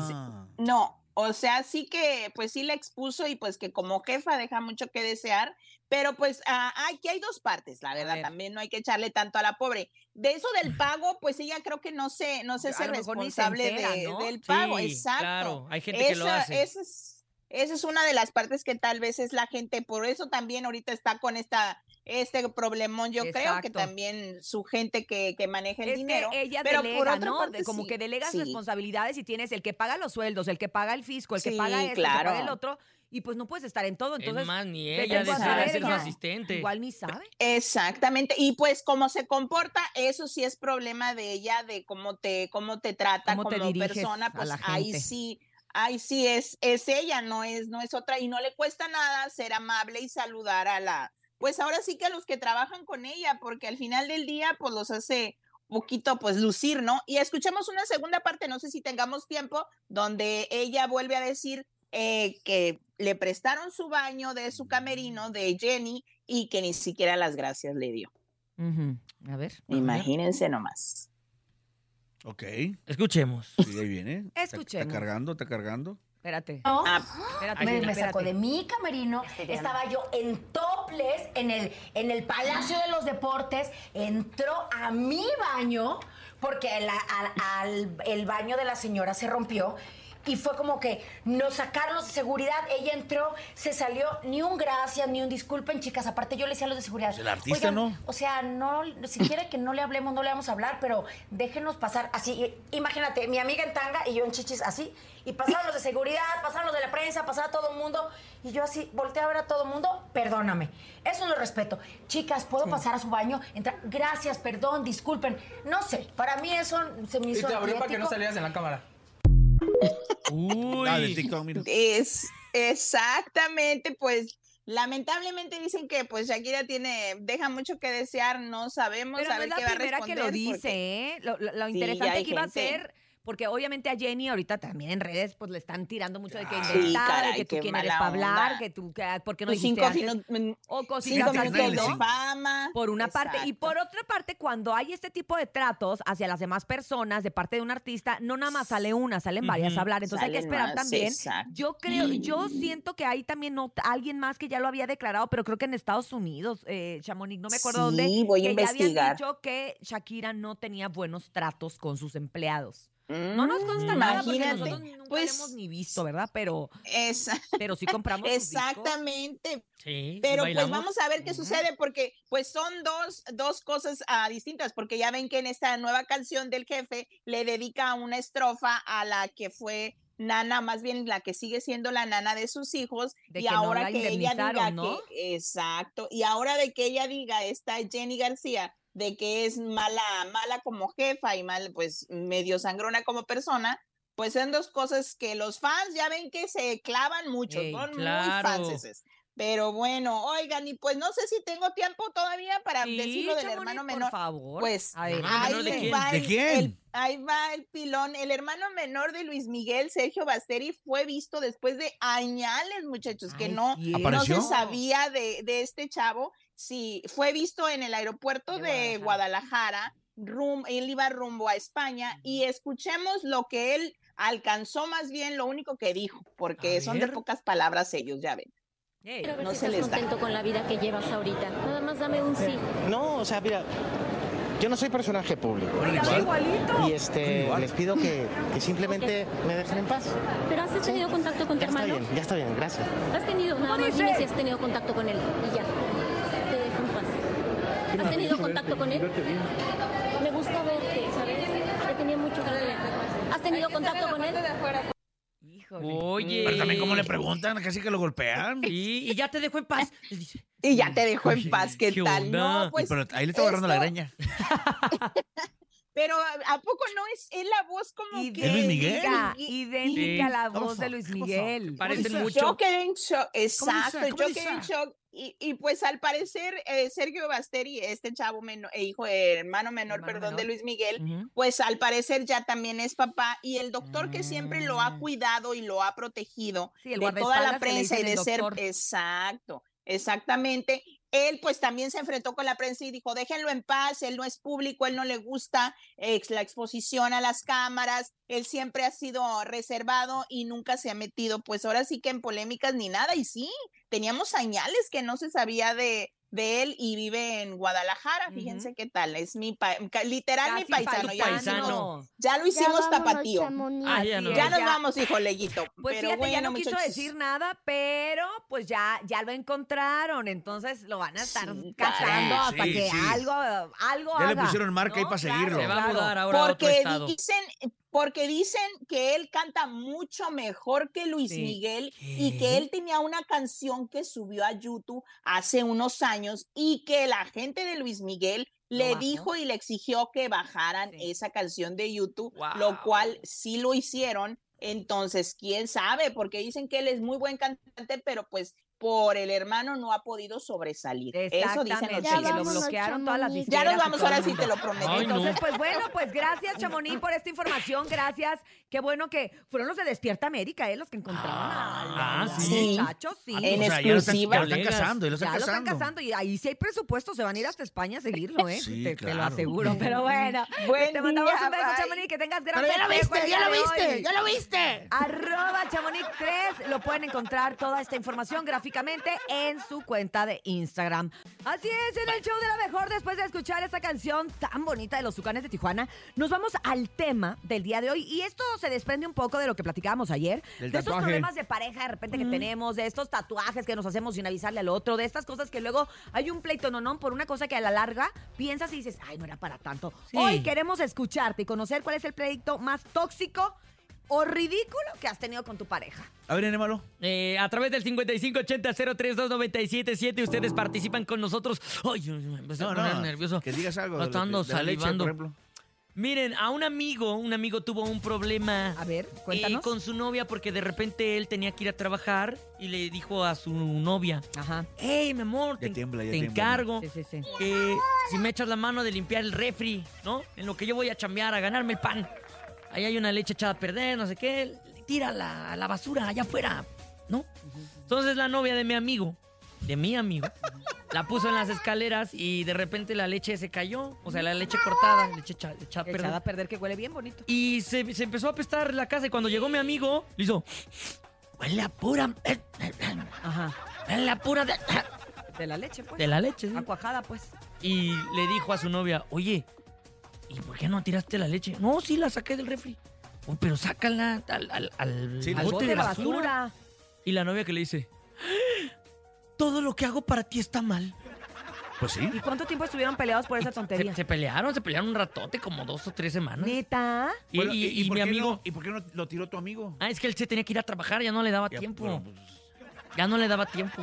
Speaker 14: No, o sea, sí que, pues sí la expuso y pues que como jefa deja mucho que desear, pero pues ah, aquí hay dos partes, la verdad,
Speaker 5: ver.
Speaker 14: también no hay que echarle tanto a la pobre. De eso
Speaker 5: [laughs]
Speaker 14: del pago, pues ella creo que no se, no se
Speaker 5: A
Speaker 14: hace
Speaker 5: lo mejor ni se
Speaker 14: responsable
Speaker 5: entera,
Speaker 14: de-
Speaker 5: ¿no?
Speaker 14: del pago,
Speaker 7: Sí,
Speaker 14: exacto.
Speaker 7: claro, hay gente que lo hace.
Speaker 14: esa es- Esa es una de las partes que tal vez es la gente, por eso también ahorita está con esta, este problemón, yo creo que
Speaker 5: Exacto.
Speaker 14: también su gente que, que maneja el
Speaker 5: Es que
Speaker 14: dinero.
Speaker 5: ella
Speaker 14: pero
Speaker 5: delega,
Speaker 14: por otra
Speaker 5: ¿no?
Speaker 14: parte,
Speaker 5: De- como
Speaker 14: sí,
Speaker 5: que delegas
Speaker 14: sí.
Speaker 5: responsabilidades y tienes el que paga los sueldos, el que paga el fisco, el que
Speaker 14: [laughs] Sí,
Speaker 5: paga esto, el que
Speaker 14: claro.
Speaker 5: paga el otro, y pues no puedes estar en todo. Entonces,
Speaker 7: más, ni
Speaker 5: vete
Speaker 7: ella
Speaker 5: tú
Speaker 7: de
Speaker 5: a saber,
Speaker 7: ser su
Speaker 5: ¿no?
Speaker 7: asistente.
Speaker 5: Igual ni sabe.
Speaker 14: Exactamente. Y pues cómo se comporta, eso sí es problema de ella, de cómo te, cómo te trata
Speaker 5: Cómo te
Speaker 14: como
Speaker 5: diriges
Speaker 14: persona,
Speaker 5: a
Speaker 14: pues
Speaker 5: la
Speaker 14: ahí
Speaker 5: gente.
Speaker 14: sí, ahí sí es, es ella, no es, no es otra, y no le cuesta nada ser amable y saludar a la, pues ahora sí que a los que trabajan con ella, porque al final del día, pues los hace poquito pues lucir, ¿no? Y escuchamos una segunda parte, no sé si tengamos tiempo, donde ella vuelve a decir eh, que le prestaron su baño de su camerino de Jenny y que ni siquiera las gracias le dio.
Speaker 5: A ver.
Speaker 14: Imagínense nomás.
Speaker 9: Ok.
Speaker 7: Escuchemos.
Speaker 9: Sí, ahí viene. Está-
Speaker 16: Escuchemos.
Speaker 9: Está cargando, está cargando.
Speaker 5: Espérate.
Speaker 16: No,
Speaker 9: espérate,
Speaker 16: Ah, me, me
Speaker 9: espérate.
Speaker 16: sacó de mi camerino.
Speaker 5: Diana.
Speaker 16: Estaba yo en toples en el, en el Palacio de los Deportes. Entró a mi baño porque el, a- al- el baño de la señora se rompió. Y fue como que nos sacaron los de seguridad, ella entró, se salió, ni un gracias, ni un disculpen, chicas. Aparte yo le decía a los de seguridad.
Speaker 9: el artista,
Speaker 16: "Oigan,
Speaker 9: ¿no?
Speaker 16: O sea, no, si quiere que no le hablemos, no le vamos a hablar, pero déjenos pasar así. Imagínate, mi amiga en tanga y yo en chichis así, y pasaron los de seguridad, pasaron los de la prensa, pasaba todo el mundo, y yo así, volteé a ver a todo el mundo, perdóname. Eso es lo respeto. Chicas, ¿puedo pasar a su baño? Entra- Gracias, perdón, disculpen. No sé, para mí eso se me
Speaker 17: Y
Speaker 16: hizo.
Speaker 17: te abrió para que no
Speaker 16: antiético.
Speaker 17: salieras en la cámara.
Speaker 7: Uy.
Speaker 9: Ah, del TikTok, mira.
Speaker 14: Es exactamente, pues lamentablemente dicen que pues Shakira tiene, deja mucho que desear, no sabemos
Speaker 5: Pero
Speaker 14: a
Speaker 5: no es
Speaker 14: ver
Speaker 5: la
Speaker 14: qué va a
Speaker 5: primera que
Speaker 14: responder.
Speaker 5: lo dice,
Speaker 14: porque-
Speaker 5: ¿eh? Lo, lo- lo
Speaker 14: Sí,
Speaker 5: interesante
Speaker 14: hay
Speaker 5: que iba a
Speaker 14: gente.
Speaker 5: ser, porque obviamente a Jenny ahorita también en redes pues le están tirando mucho de que
Speaker 14: Ah, Sí,
Speaker 5: inventar, de
Speaker 14: caray,
Speaker 5: que tú
Speaker 14: qué
Speaker 5: quién eres
Speaker 14: mala
Speaker 5: para hablar,
Speaker 14: onda.
Speaker 5: que tú, que, ah, ¿por qué no
Speaker 14: Tus
Speaker 5: dijiste
Speaker 14: cinco
Speaker 5: antes?
Speaker 14: ginu-
Speaker 5: o
Speaker 14: cinco
Speaker 5: cositas así,
Speaker 14: minutos de
Speaker 5: ¿no?
Speaker 14: fama.
Speaker 5: Por una parte. Y
Speaker 14: Exacto.
Speaker 5: por otra parte, cuando hay este tipo de tratos hacia las demás personas de parte de un artista, no nada más sale una, salen varias
Speaker 14: Ujú.
Speaker 5: a hablar. Entonces hay que
Speaker 14: Salen
Speaker 5: esperar
Speaker 14: más,
Speaker 5: también.
Speaker 14: exacto.
Speaker 5: Yo creo, yo siento que hay también no- alguien más que ya lo había declarado, pero creo que en Estados Unidos, eh, Chamonix, no me acuerdo
Speaker 14: Sí,
Speaker 5: dónde.
Speaker 14: voy a
Speaker 5: que ya habían
Speaker 14: investigar.
Speaker 5: dicho que Shakira no tenía buenos tratos con sus empleados.
Speaker 14: Mm,
Speaker 5: No nos consta nada porque
Speaker 14: imagínate.
Speaker 5: nosotros nunca lo
Speaker 14: Pues-
Speaker 5: hemos ni visto, ¿verdad? Pero,
Speaker 14: Esa-
Speaker 5: pero sí compramos sus discos.
Speaker 14: Exactamente,
Speaker 7: Sí.
Speaker 14: Pero
Speaker 7: ¿y bailamos?
Speaker 14: pues vamos a ver qué sucede porque pues son dos, dos cosas ah, distintas porque ya ven que en esta nueva canción del jefe le dedica una estrofa a la que fue nana, más bien la que sigue siendo la nana de sus hijos
Speaker 5: De
Speaker 14: y
Speaker 5: que no
Speaker 14: ahora
Speaker 5: la
Speaker 14: que ella diga
Speaker 5: indemnizaron, ¿no?
Speaker 14: que exacto y ahora de que ella diga esta Jenny García de que es mala mala como jefa y mal pues medio sangrona como persona pues son dos cosas que los fans ya ven que se clavan mucho,
Speaker 7: Ey,
Speaker 14: son
Speaker 7: claro.
Speaker 14: muy fanses. Pero bueno, oigan, y pues no sé si tengo tiempo todavía para
Speaker 5: Sí,
Speaker 14: decir lo del
Speaker 5: Chamonix,
Speaker 14: hermano
Speaker 5: por
Speaker 14: menor.
Speaker 5: favor.
Speaker 14: Pues
Speaker 5: A ver.
Speaker 9: Ah,
Speaker 7: ¿Hermano
Speaker 14: ahí
Speaker 7: menor de
Speaker 14: les
Speaker 7: quién?
Speaker 14: va
Speaker 7: ¿De
Speaker 14: el-
Speaker 7: quién?
Speaker 14: el- ahí va el pilón. El hermano menor de Luis Miguel, Sergio Basteri, fue visto después de añales, muchachos, que
Speaker 5: Ay,
Speaker 14: no,
Speaker 5: sí. ¿eh?
Speaker 14: no se
Speaker 9: ¿Apareció?
Speaker 14: sabía de, de este chavo. Sí, fue visto en el aeropuerto
Speaker 5: De
Speaker 14: de Guadalajara. rum- él iba rumbo a España y escuchemos lo que él alcanzó más bien lo único que dijo, porque
Speaker 7: A
Speaker 14: son de
Speaker 7: ver.
Speaker 14: pocas palabras ellos, ya ven.
Speaker 5: Ey.
Speaker 18: Quiero ver
Speaker 14: No
Speaker 18: si
Speaker 14: se
Speaker 18: estás
Speaker 14: les da.
Speaker 18: contento con la vida que llevas ahorita. Nada más dame un sí.
Speaker 19: No, o sea, mira, yo no soy personaje público.
Speaker 18: Está igualito.
Speaker 19: Y este, les pido que, que simplemente me dejen en paz.
Speaker 18: Pero has tenido contacto con tu
Speaker 19: Ya está
Speaker 18: hermano.
Speaker 19: bien, ya está bien, gracias.
Speaker 18: Has tenido, nada
Speaker 5: ¿Cómo
Speaker 18: más dime
Speaker 5: dice?
Speaker 18: si has tenido contacto con él. Y ya. Te dejo en paz. ¿Has tenido contacto con él? Me gusta verte, ¿sabes? Ya tenía mucho que no verte. ¿Has tenido contacto con él?
Speaker 7: Oye.
Speaker 9: Pero también como le preguntan, casi que lo golpean.
Speaker 7: Sí, y ya te dejo en paz. le dice.
Speaker 14: Y ya te dejo en paz, ¿qué,
Speaker 7: ¿qué
Speaker 14: tal?
Speaker 7: onda?
Speaker 14: No, pues,
Speaker 9: Pero ahí le estaba agarrando la
Speaker 14: esto-
Speaker 9: greña.
Speaker 14: Pero ¿a a poco no es, es la voz como
Speaker 5: Idéntica,
Speaker 14: que...
Speaker 9: ¿De Luis Miguel?
Speaker 5: idéntica a la
Speaker 7: Sí.
Speaker 5: voz de Luis Miguel.
Speaker 7: Parecen
Speaker 14: Pues,
Speaker 7: mucho.
Speaker 14: Yo quedé en shock, exacto,
Speaker 9: ¿Cómo
Speaker 14: yo
Speaker 9: dice?
Speaker 14: quedé en shock. Y, y, pues al parecer eh, Sergio Basteri, este chavo meno- eh, hijo, eh, hermano menor,
Speaker 5: Hermano
Speaker 14: perdón, de
Speaker 5: menor.
Speaker 14: Luis Miguel,
Speaker 5: Ujú.
Speaker 14: pues al parecer ya también es papá y el doctor que siempre lo ha cuidado y lo ha protegido
Speaker 5: Ah. Sí, el
Speaker 14: de toda la
Speaker 5: guardaespaldas que le
Speaker 14: prensa y de
Speaker 5: dicen el
Speaker 14: ser
Speaker 5: doctor.
Speaker 14: exacto, exactamente. Él pues también se enfrentó con la prensa y dijo, déjenlo en paz, él no es público, él no le gusta ex- la exposición a las cámaras, él siempre ha sido reservado y nunca se ha metido, pues ahora sí que en polémicas ni nada, y sí, teníamos señales que no se sabía de, de él y vive en Guadalajara. Fíjense qué tal, es mi pa- ca- literal mi
Speaker 5: Casi
Speaker 14: paisano. Ya,
Speaker 5: paisano.
Speaker 14: no- ya lo hicimos
Speaker 5: vámonos,
Speaker 14: tapatío.
Speaker 5: Chamonix.
Speaker 14: Ah, ya,
Speaker 5: Así
Speaker 14: no.
Speaker 5: es,
Speaker 14: Ya nos
Speaker 5: ya.
Speaker 14: vamos, hijo Leguito.
Speaker 5: Pues
Speaker 14: Pero
Speaker 5: fíjate, ya
Speaker 14: bueno,
Speaker 5: no quiso
Speaker 14: muchachos.
Speaker 5: decir nada, pero pues ya, ya lo encontraron, entonces lo van a estar cazando
Speaker 9: caray.
Speaker 5: hasta
Speaker 9: Sí,
Speaker 5: que
Speaker 9: sí.
Speaker 5: algo, algo
Speaker 9: Ya le
Speaker 5: haga,
Speaker 9: pusieron marca ahí
Speaker 5: ¿no?
Speaker 9: para seguirlo.
Speaker 7: Se va a mudar ahora a otro
Speaker 14: porque
Speaker 7: estado.
Speaker 14: dicen porque dicen que él canta mucho mejor que Luis
Speaker 7: Sí.
Speaker 14: Miguel y que él tenía una canción que subió a YouTube hace unos años y que la gente de Luis Miguel le
Speaker 7: bajó.
Speaker 14: dijo y le exigió que bajaran esa canción de YouTube, lo cual sí lo hicieron. Entonces, quién sabe, porque dicen que él es muy buen cantante, pero pues por el hermano no ha podido sobresalir. Eso dicen los
Speaker 5: Exactamente, que lo
Speaker 14: chismes.
Speaker 5: bloquearon todas las
Speaker 14: Ya nos
Speaker 5: disqueras y
Speaker 14: vamos,
Speaker 5: todo
Speaker 14: ahora
Speaker 5: el
Speaker 14: sí te lo
Speaker 5: mundo.
Speaker 14: prometo.
Speaker 5: Entonces, pues bueno, pues gracias, Chamonix, por esta información. Gracias. Qué bueno que fueron los de Despierta América, ¿eh? Los que encontraron a
Speaker 9: Ah,
Speaker 5: los
Speaker 9: sí.
Speaker 5: muchachos, sí.
Speaker 9: Ah, En o sea, ya lo están- exclusiva. ya lo están cazando, ya lo están
Speaker 5: Ya
Speaker 9: cazando.
Speaker 5: cazando, Y ahí sí hay presupuesto, se van a ir hasta España a seguirlo, ¿eh?
Speaker 9: Sí,
Speaker 5: te, te lo
Speaker 9: claro.
Speaker 5: aseguro.
Speaker 1: [laughs]
Speaker 5: Pero bueno,
Speaker 14: Buen
Speaker 5: te mandamos
Speaker 14: día,
Speaker 5: un beso,
Speaker 14: bye.
Speaker 5: Chamonix, que tengas gran
Speaker 14: Pero ya lo
Speaker 5: festejo
Speaker 14: viste,
Speaker 5: el
Speaker 14: ya
Speaker 5: día
Speaker 14: lo
Speaker 5: de
Speaker 14: viste,
Speaker 5: hoy.
Speaker 14: ya lo viste.
Speaker 5: Arroba Chamonix 3. Lo pueden encontrar toda esta información gráficamente en su cuenta de Instagram. Así es, en el show de la mejor, después de escuchar esta canción tan bonita de los Tucanes de Tijuana, nos vamos al tema del día de hoy. Y esto se desprende un poco de lo que platicábamos ayer,
Speaker 1: Del
Speaker 5: de estos
Speaker 1: tatuaje.
Speaker 5: problemas de pareja de repente que tenemos, de estos tatuajes que nos hacemos sin avisarle al otro, de estas cosas que luego hay un pleito no, no, por una cosa que a la larga piensas y dices, ay, no era para tanto.
Speaker 1: Sí.
Speaker 5: Hoy queremos escucharte y conocer cuál es el pleito más tóxico o ridículo que has tenido con tu pareja.
Speaker 7: A ver, enémalo. Eh, a través del 5580-032977, ustedes participan con nosotros. Ay, ay, ay, me empecé a
Speaker 9: Pues No, no,
Speaker 7: poner nervioso.
Speaker 9: que digas algo de lo
Speaker 7: Hasta
Speaker 9: que-
Speaker 7: ando
Speaker 9: de la leche, por
Speaker 7: salivando.
Speaker 9: ejemplo.
Speaker 7: Miren, a un amigo, un amigo tuvo un problema. eh,
Speaker 5: A ver, cuéntanos.
Speaker 7: con su novia porque de repente él tenía que ir a trabajar y le dijo a su novia.
Speaker 5: Ajá.
Speaker 7: Hey, mi amor,
Speaker 9: Ya
Speaker 7: te,
Speaker 9: tiembla, ya
Speaker 7: te
Speaker 9: tiembla.
Speaker 7: encargo
Speaker 5: Sí, sí, sí.
Speaker 7: que si me echas la mano de limpiar el refri, ¿no? En lo que yo voy a chambear, a ganarme el pan. Ahí hay una leche echada a perder, no sé qué. Tírala a la basura, allá afuera, ¿no? Entonces la novia de mi amigo, de mi amigo, la puso en las escaleras y de repente la leche se cayó. O sea, la leche cortada, leche echa- echada a perder.
Speaker 5: Echada a perder que huele bien bonito.
Speaker 7: Y se, se empezó a apestar la casa y cuando llegó mi amigo, le hizo... Huele a pura... eh,
Speaker 5: Ajá.
Speaker 7: Huele a pura... de-".
Speaker 5: De la leche, pues.
Speaker 7: De la leche, sí.
Speaker 5: A cuajada, pues.
Speaker 7: Y le dijo a su novia, oye, ¿y por qué no tiraste la leche? No, sí, la saqué del refri.
Speaker 9: Oh,
Speaker 7: "Uy, pero sácala al, al, al-
Speaker 5: Sí,
Speaker 7: al
Speaker 5: al bote de basura.
Speaker 7: Y la novia que le dice, todo lo que hago para ti está mal.
Speaker 9: Pues sí.
Speaker 5: ¿Y cuánto tiempo estuvieron peleados por esa
Speaker 7: Se,
Speaker 5: tontería?
Speaker 7: se pelearon, se pelearon un ratote, como dos o tres semanas.
Speaker 5: Neta.
Speaker 7: Y,
Speaker 9: Bueno,
Speaker 7: y- y
Speaker 9: por
Speaker 7: mi
Speaker 9: qué
Speaker 7: amigo...
Speaker 9: no- ¿Y por qué no lo tiró tu amigo?
Speaker 7: Ah, es que él se tenía que ir a trabajar, ya no le daba
Speaker 9: Ya, pues,
Speaker 7: tiempo.
Speaker 9: bueno,
Speaker 7: Ya no le daba tiempo.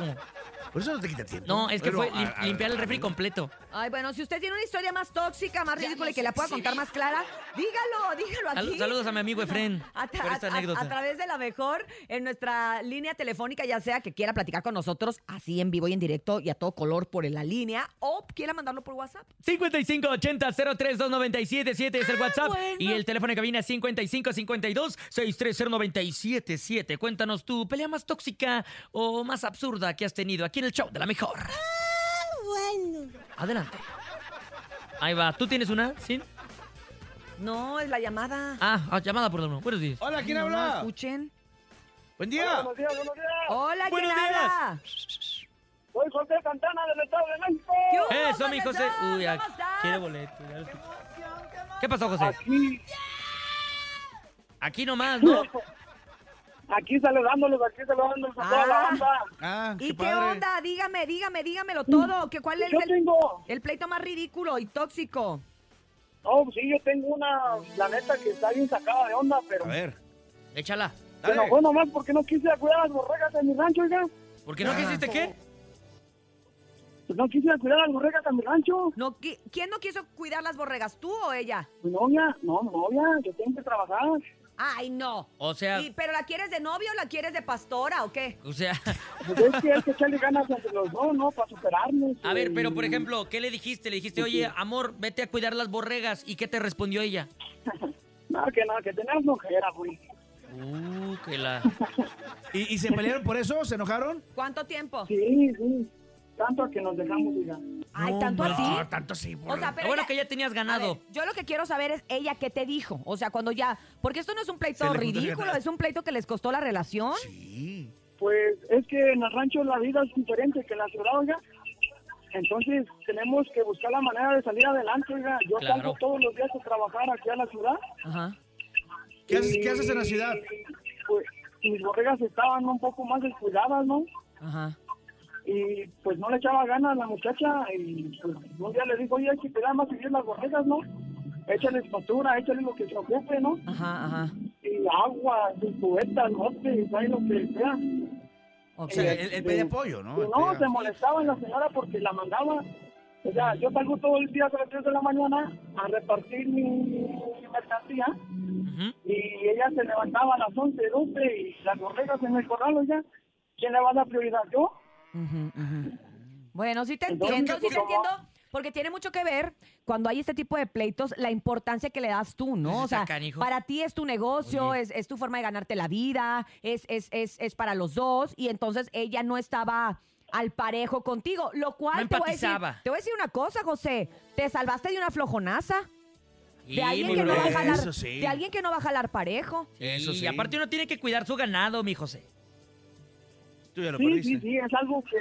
Speaker 9: Por eso no te quita tiempo.
Speaker 7: No, es que
Speaker 9: Pero
Speaker 7: fue
Speaker 9: a-
Speaker 7: lim-
Speaker 9: a-
Speaker 7: limpiar el
Speaker 9: a-
Speaker 7: refri completo.
Speaker 5: Ay, bueno, si usted tiene una historia más tóxica, más ridícula y que la pueda contar más clara, dígalo, dígalo
Speaker 7: Sal-
Speaker 5: aquí.
Speaker 7: Saludos a mi amigo Efren
Speaker 5: A, tra-
Speaker 7: por esta
Speaker 5: a- a-
Speaker 7: anécdota.
Speaker 5: a través de la mejor, en nuestra línea telefónica, ya sea que quiera platicar con nosotros así en vivo y en directo y a todo color por la línea, o quiera mandarlo por WhatsApp.
Speaker 7: 5580-032977 es el WhatsApp. Y el teléfono de cabina es 5552-630977. Cuéntanos tu pelea más tóxica o más absurda que has tenido aquí en el show de la mejor.
Speaker 17: Bueno.
Speaker 7: Adelante. Ahí va. ¿Tú tienes una? ¿Sí?
Speaker 5: No, es la llamada.
Speaker 7: Ah, ah, llamada por uno. Buenos días.
Speaker 5: Ay, no, no escuchen.
Speaker 9: Buen
Speaker 5: día.
Speaker 9: buenos
Speaker 5: días, buenos días. Hola, ¿quién
Speaker 1: Buenos días.
Speaker 5: habla?
Speaker 1: Soy José Santana del Estado de México.
Speaker 5: ¿Qué hubo,
Speaker 7: Eso, mi José.
Speaker 5: José?
Speaker 7: Uy, ya
Speaker 5: ¿Cómo estás?
Speaker 7: quiere boleto. ya lo escuché. ¿Qué pasó, José?
Speaker 1: Aquí,
Speaker 7: Aquí nomás, ¿no?
Speaker 1: aquí saludándolos, aquí saludándolos a toda la
Speaker 5: Ah.
Speaker 1: banda.
Speaker 5: ¿Y qué onda? Dígame, dígame, dígamelo todo. ¿Qué, ¿Cuál es
Speaker 1: Mm, Yo
Speaker 5: el, el pleito más ridículo y tóxico?
Speaker 1: No, sí, yo tengo una, la neta, que está bien sacada de onda, pero...
Speaker 9: A ver.
Speaker 7: Échala.
Speaker 1: Se enojó nomás porque no quise cuidar las borregas de mi rancho, oiga.
Speaker 7: ¿Por qué no quisiste qué?
Speaker 1: Pues no quise cuidar las borregas de mi rancho.
Speaker 5: No, qui- ¿Quién no quiso cuidar las borregas, tú o ella?
Speaker 1: Mi novia, no, mi novia, yo tengo que trabajar.
Speaker 5: Ay, no.
Speaker 7: O sea,
Speaker 5: ¿Y- ¿Pero la quieres de novio o la quieres de pastora o qué?
Speaker 7: o sea. [laughs]
Speaker 1: Pues es que hay que echarle ganas entre los dos, ¿no? Para superarnos.
Speaker 7: A ver, pero por
Speaker 1: Y-
Speaker 7: ejemplo, ¿qué le dijiste? Le dijiste, oye, amor, vete a cuidar las borregas. ¿Y qué te respondió ella?
Speaker 1: No, que no, que tenías flojera, güey.
Speaker 7: Uh,
Speaker 9: [laughs]
Speaker 7: que la.
Speaker 9: ¿Y, y se pelearon por eso? ¿Se enojaron?
Speaker 5: ¿Cuánto tiempo?
Speaker 1: Sí, sí. Tanto que nos dejamos, oiga.
Speaker 5: Ay, ¿tanto así?
Speaker 9: No, Ah, tanto así.
Speaker 5: O sea, pero
Speaker 7: bueno
Speaker 5: ella-
Speaker 7: que ya tenías ganado.
Speaker 5: yo lo que quiero saber es ella qué te dijo. O sea, cuando ya. Porque esto no es un
Speaker 1: Se
Speaker 5: pleito
Speaker 1: le juntó el
Speaker 5: ridículo,
Speaker 1: ganado.
Speaker 5: es un pleito que les costó la relación.
Speaker 1: Pues es que en el rancho la vida es diferente que en la ciudad, oiga.
Speaker 20: Entonces tenemos que buscar la manera de salir adelante, oiga. Yo
Speaker 7: Claro.
Speaker 20: salgo todos los días a trabajar aquí a la ciudad.
Speaker 7: Ajá.
Speaker 9: ¿Qué haces- qué haces en la ciudad?
Speaker 20: Pues mis bodegas estaban un poco más descuidadas, ¿no?
Speaker 7: Ajá.
Speaker 20: Y pues no le echaba ganas a la muchacha y pues un día le digo, oye, hay que cuidar más y bien las bodegas, ¿no? Échales pastura, échales lo que se ocupe, ¿no?
Speaker 5: Ajá, ajá.
Speaker 20: Y agua, sus cubetas, lotes, ahí lo que sea.
Speaker 9: O sea, él, él pedía apoyo, ¿no? Él
Speaker 20: Eh, No,
Speaker 9: pedía-
Speaker 20: se molestaba la señora porque la mandaba. O sea, yo salgo todo el día a las 3 de la mañana a repartir mi mercancía y ella se levantaba a las 11, 12 y las borregas en el corral, ya ¿quién le va a dar prioridad? ¿Yo?
Speaker 5: Bueno, sí te
Speaker 20: Entonces,
Speaker 5: entiendo, sí te
Speaker 20: ¿cómo?
Speaker 5: entiendo, porque tiene mucho que ver cuando hay este tipo de pleitos, la importancia que le das tú,
Speaker 7: Pues
Speaker 5: ¿no? O sea,
Speaker 7: canijo.
Speaker 5: para ti es tu negocio, es, es tu forma de ganarte la vida, es, es, es, es para los dos, y entonces ella no estaba al parejo contigo, lo cual
Speaker 7: No
Speaker 5: te, voy a decir,
Speaker 7: empatizaba.
Speaker 5: te voy a decir una cosa, José, te salvaste de una flojonaza,
Speaker 7: Sí,
Speaker 5: de, alguien
Speaker 7: muy
Speaker 5: que no va a
Speaker 7: bravo.
Speaker 5: jalar,
Speaker 7: Eso sí.
Speaker 5: de alguien que no va a jalar parejo.
Speaker 7: y aparte uno tiene que cuidar su ganado, mi José.
Speaker 9: Tú ya
Speaker 20: Sí, sí, sí, es algo que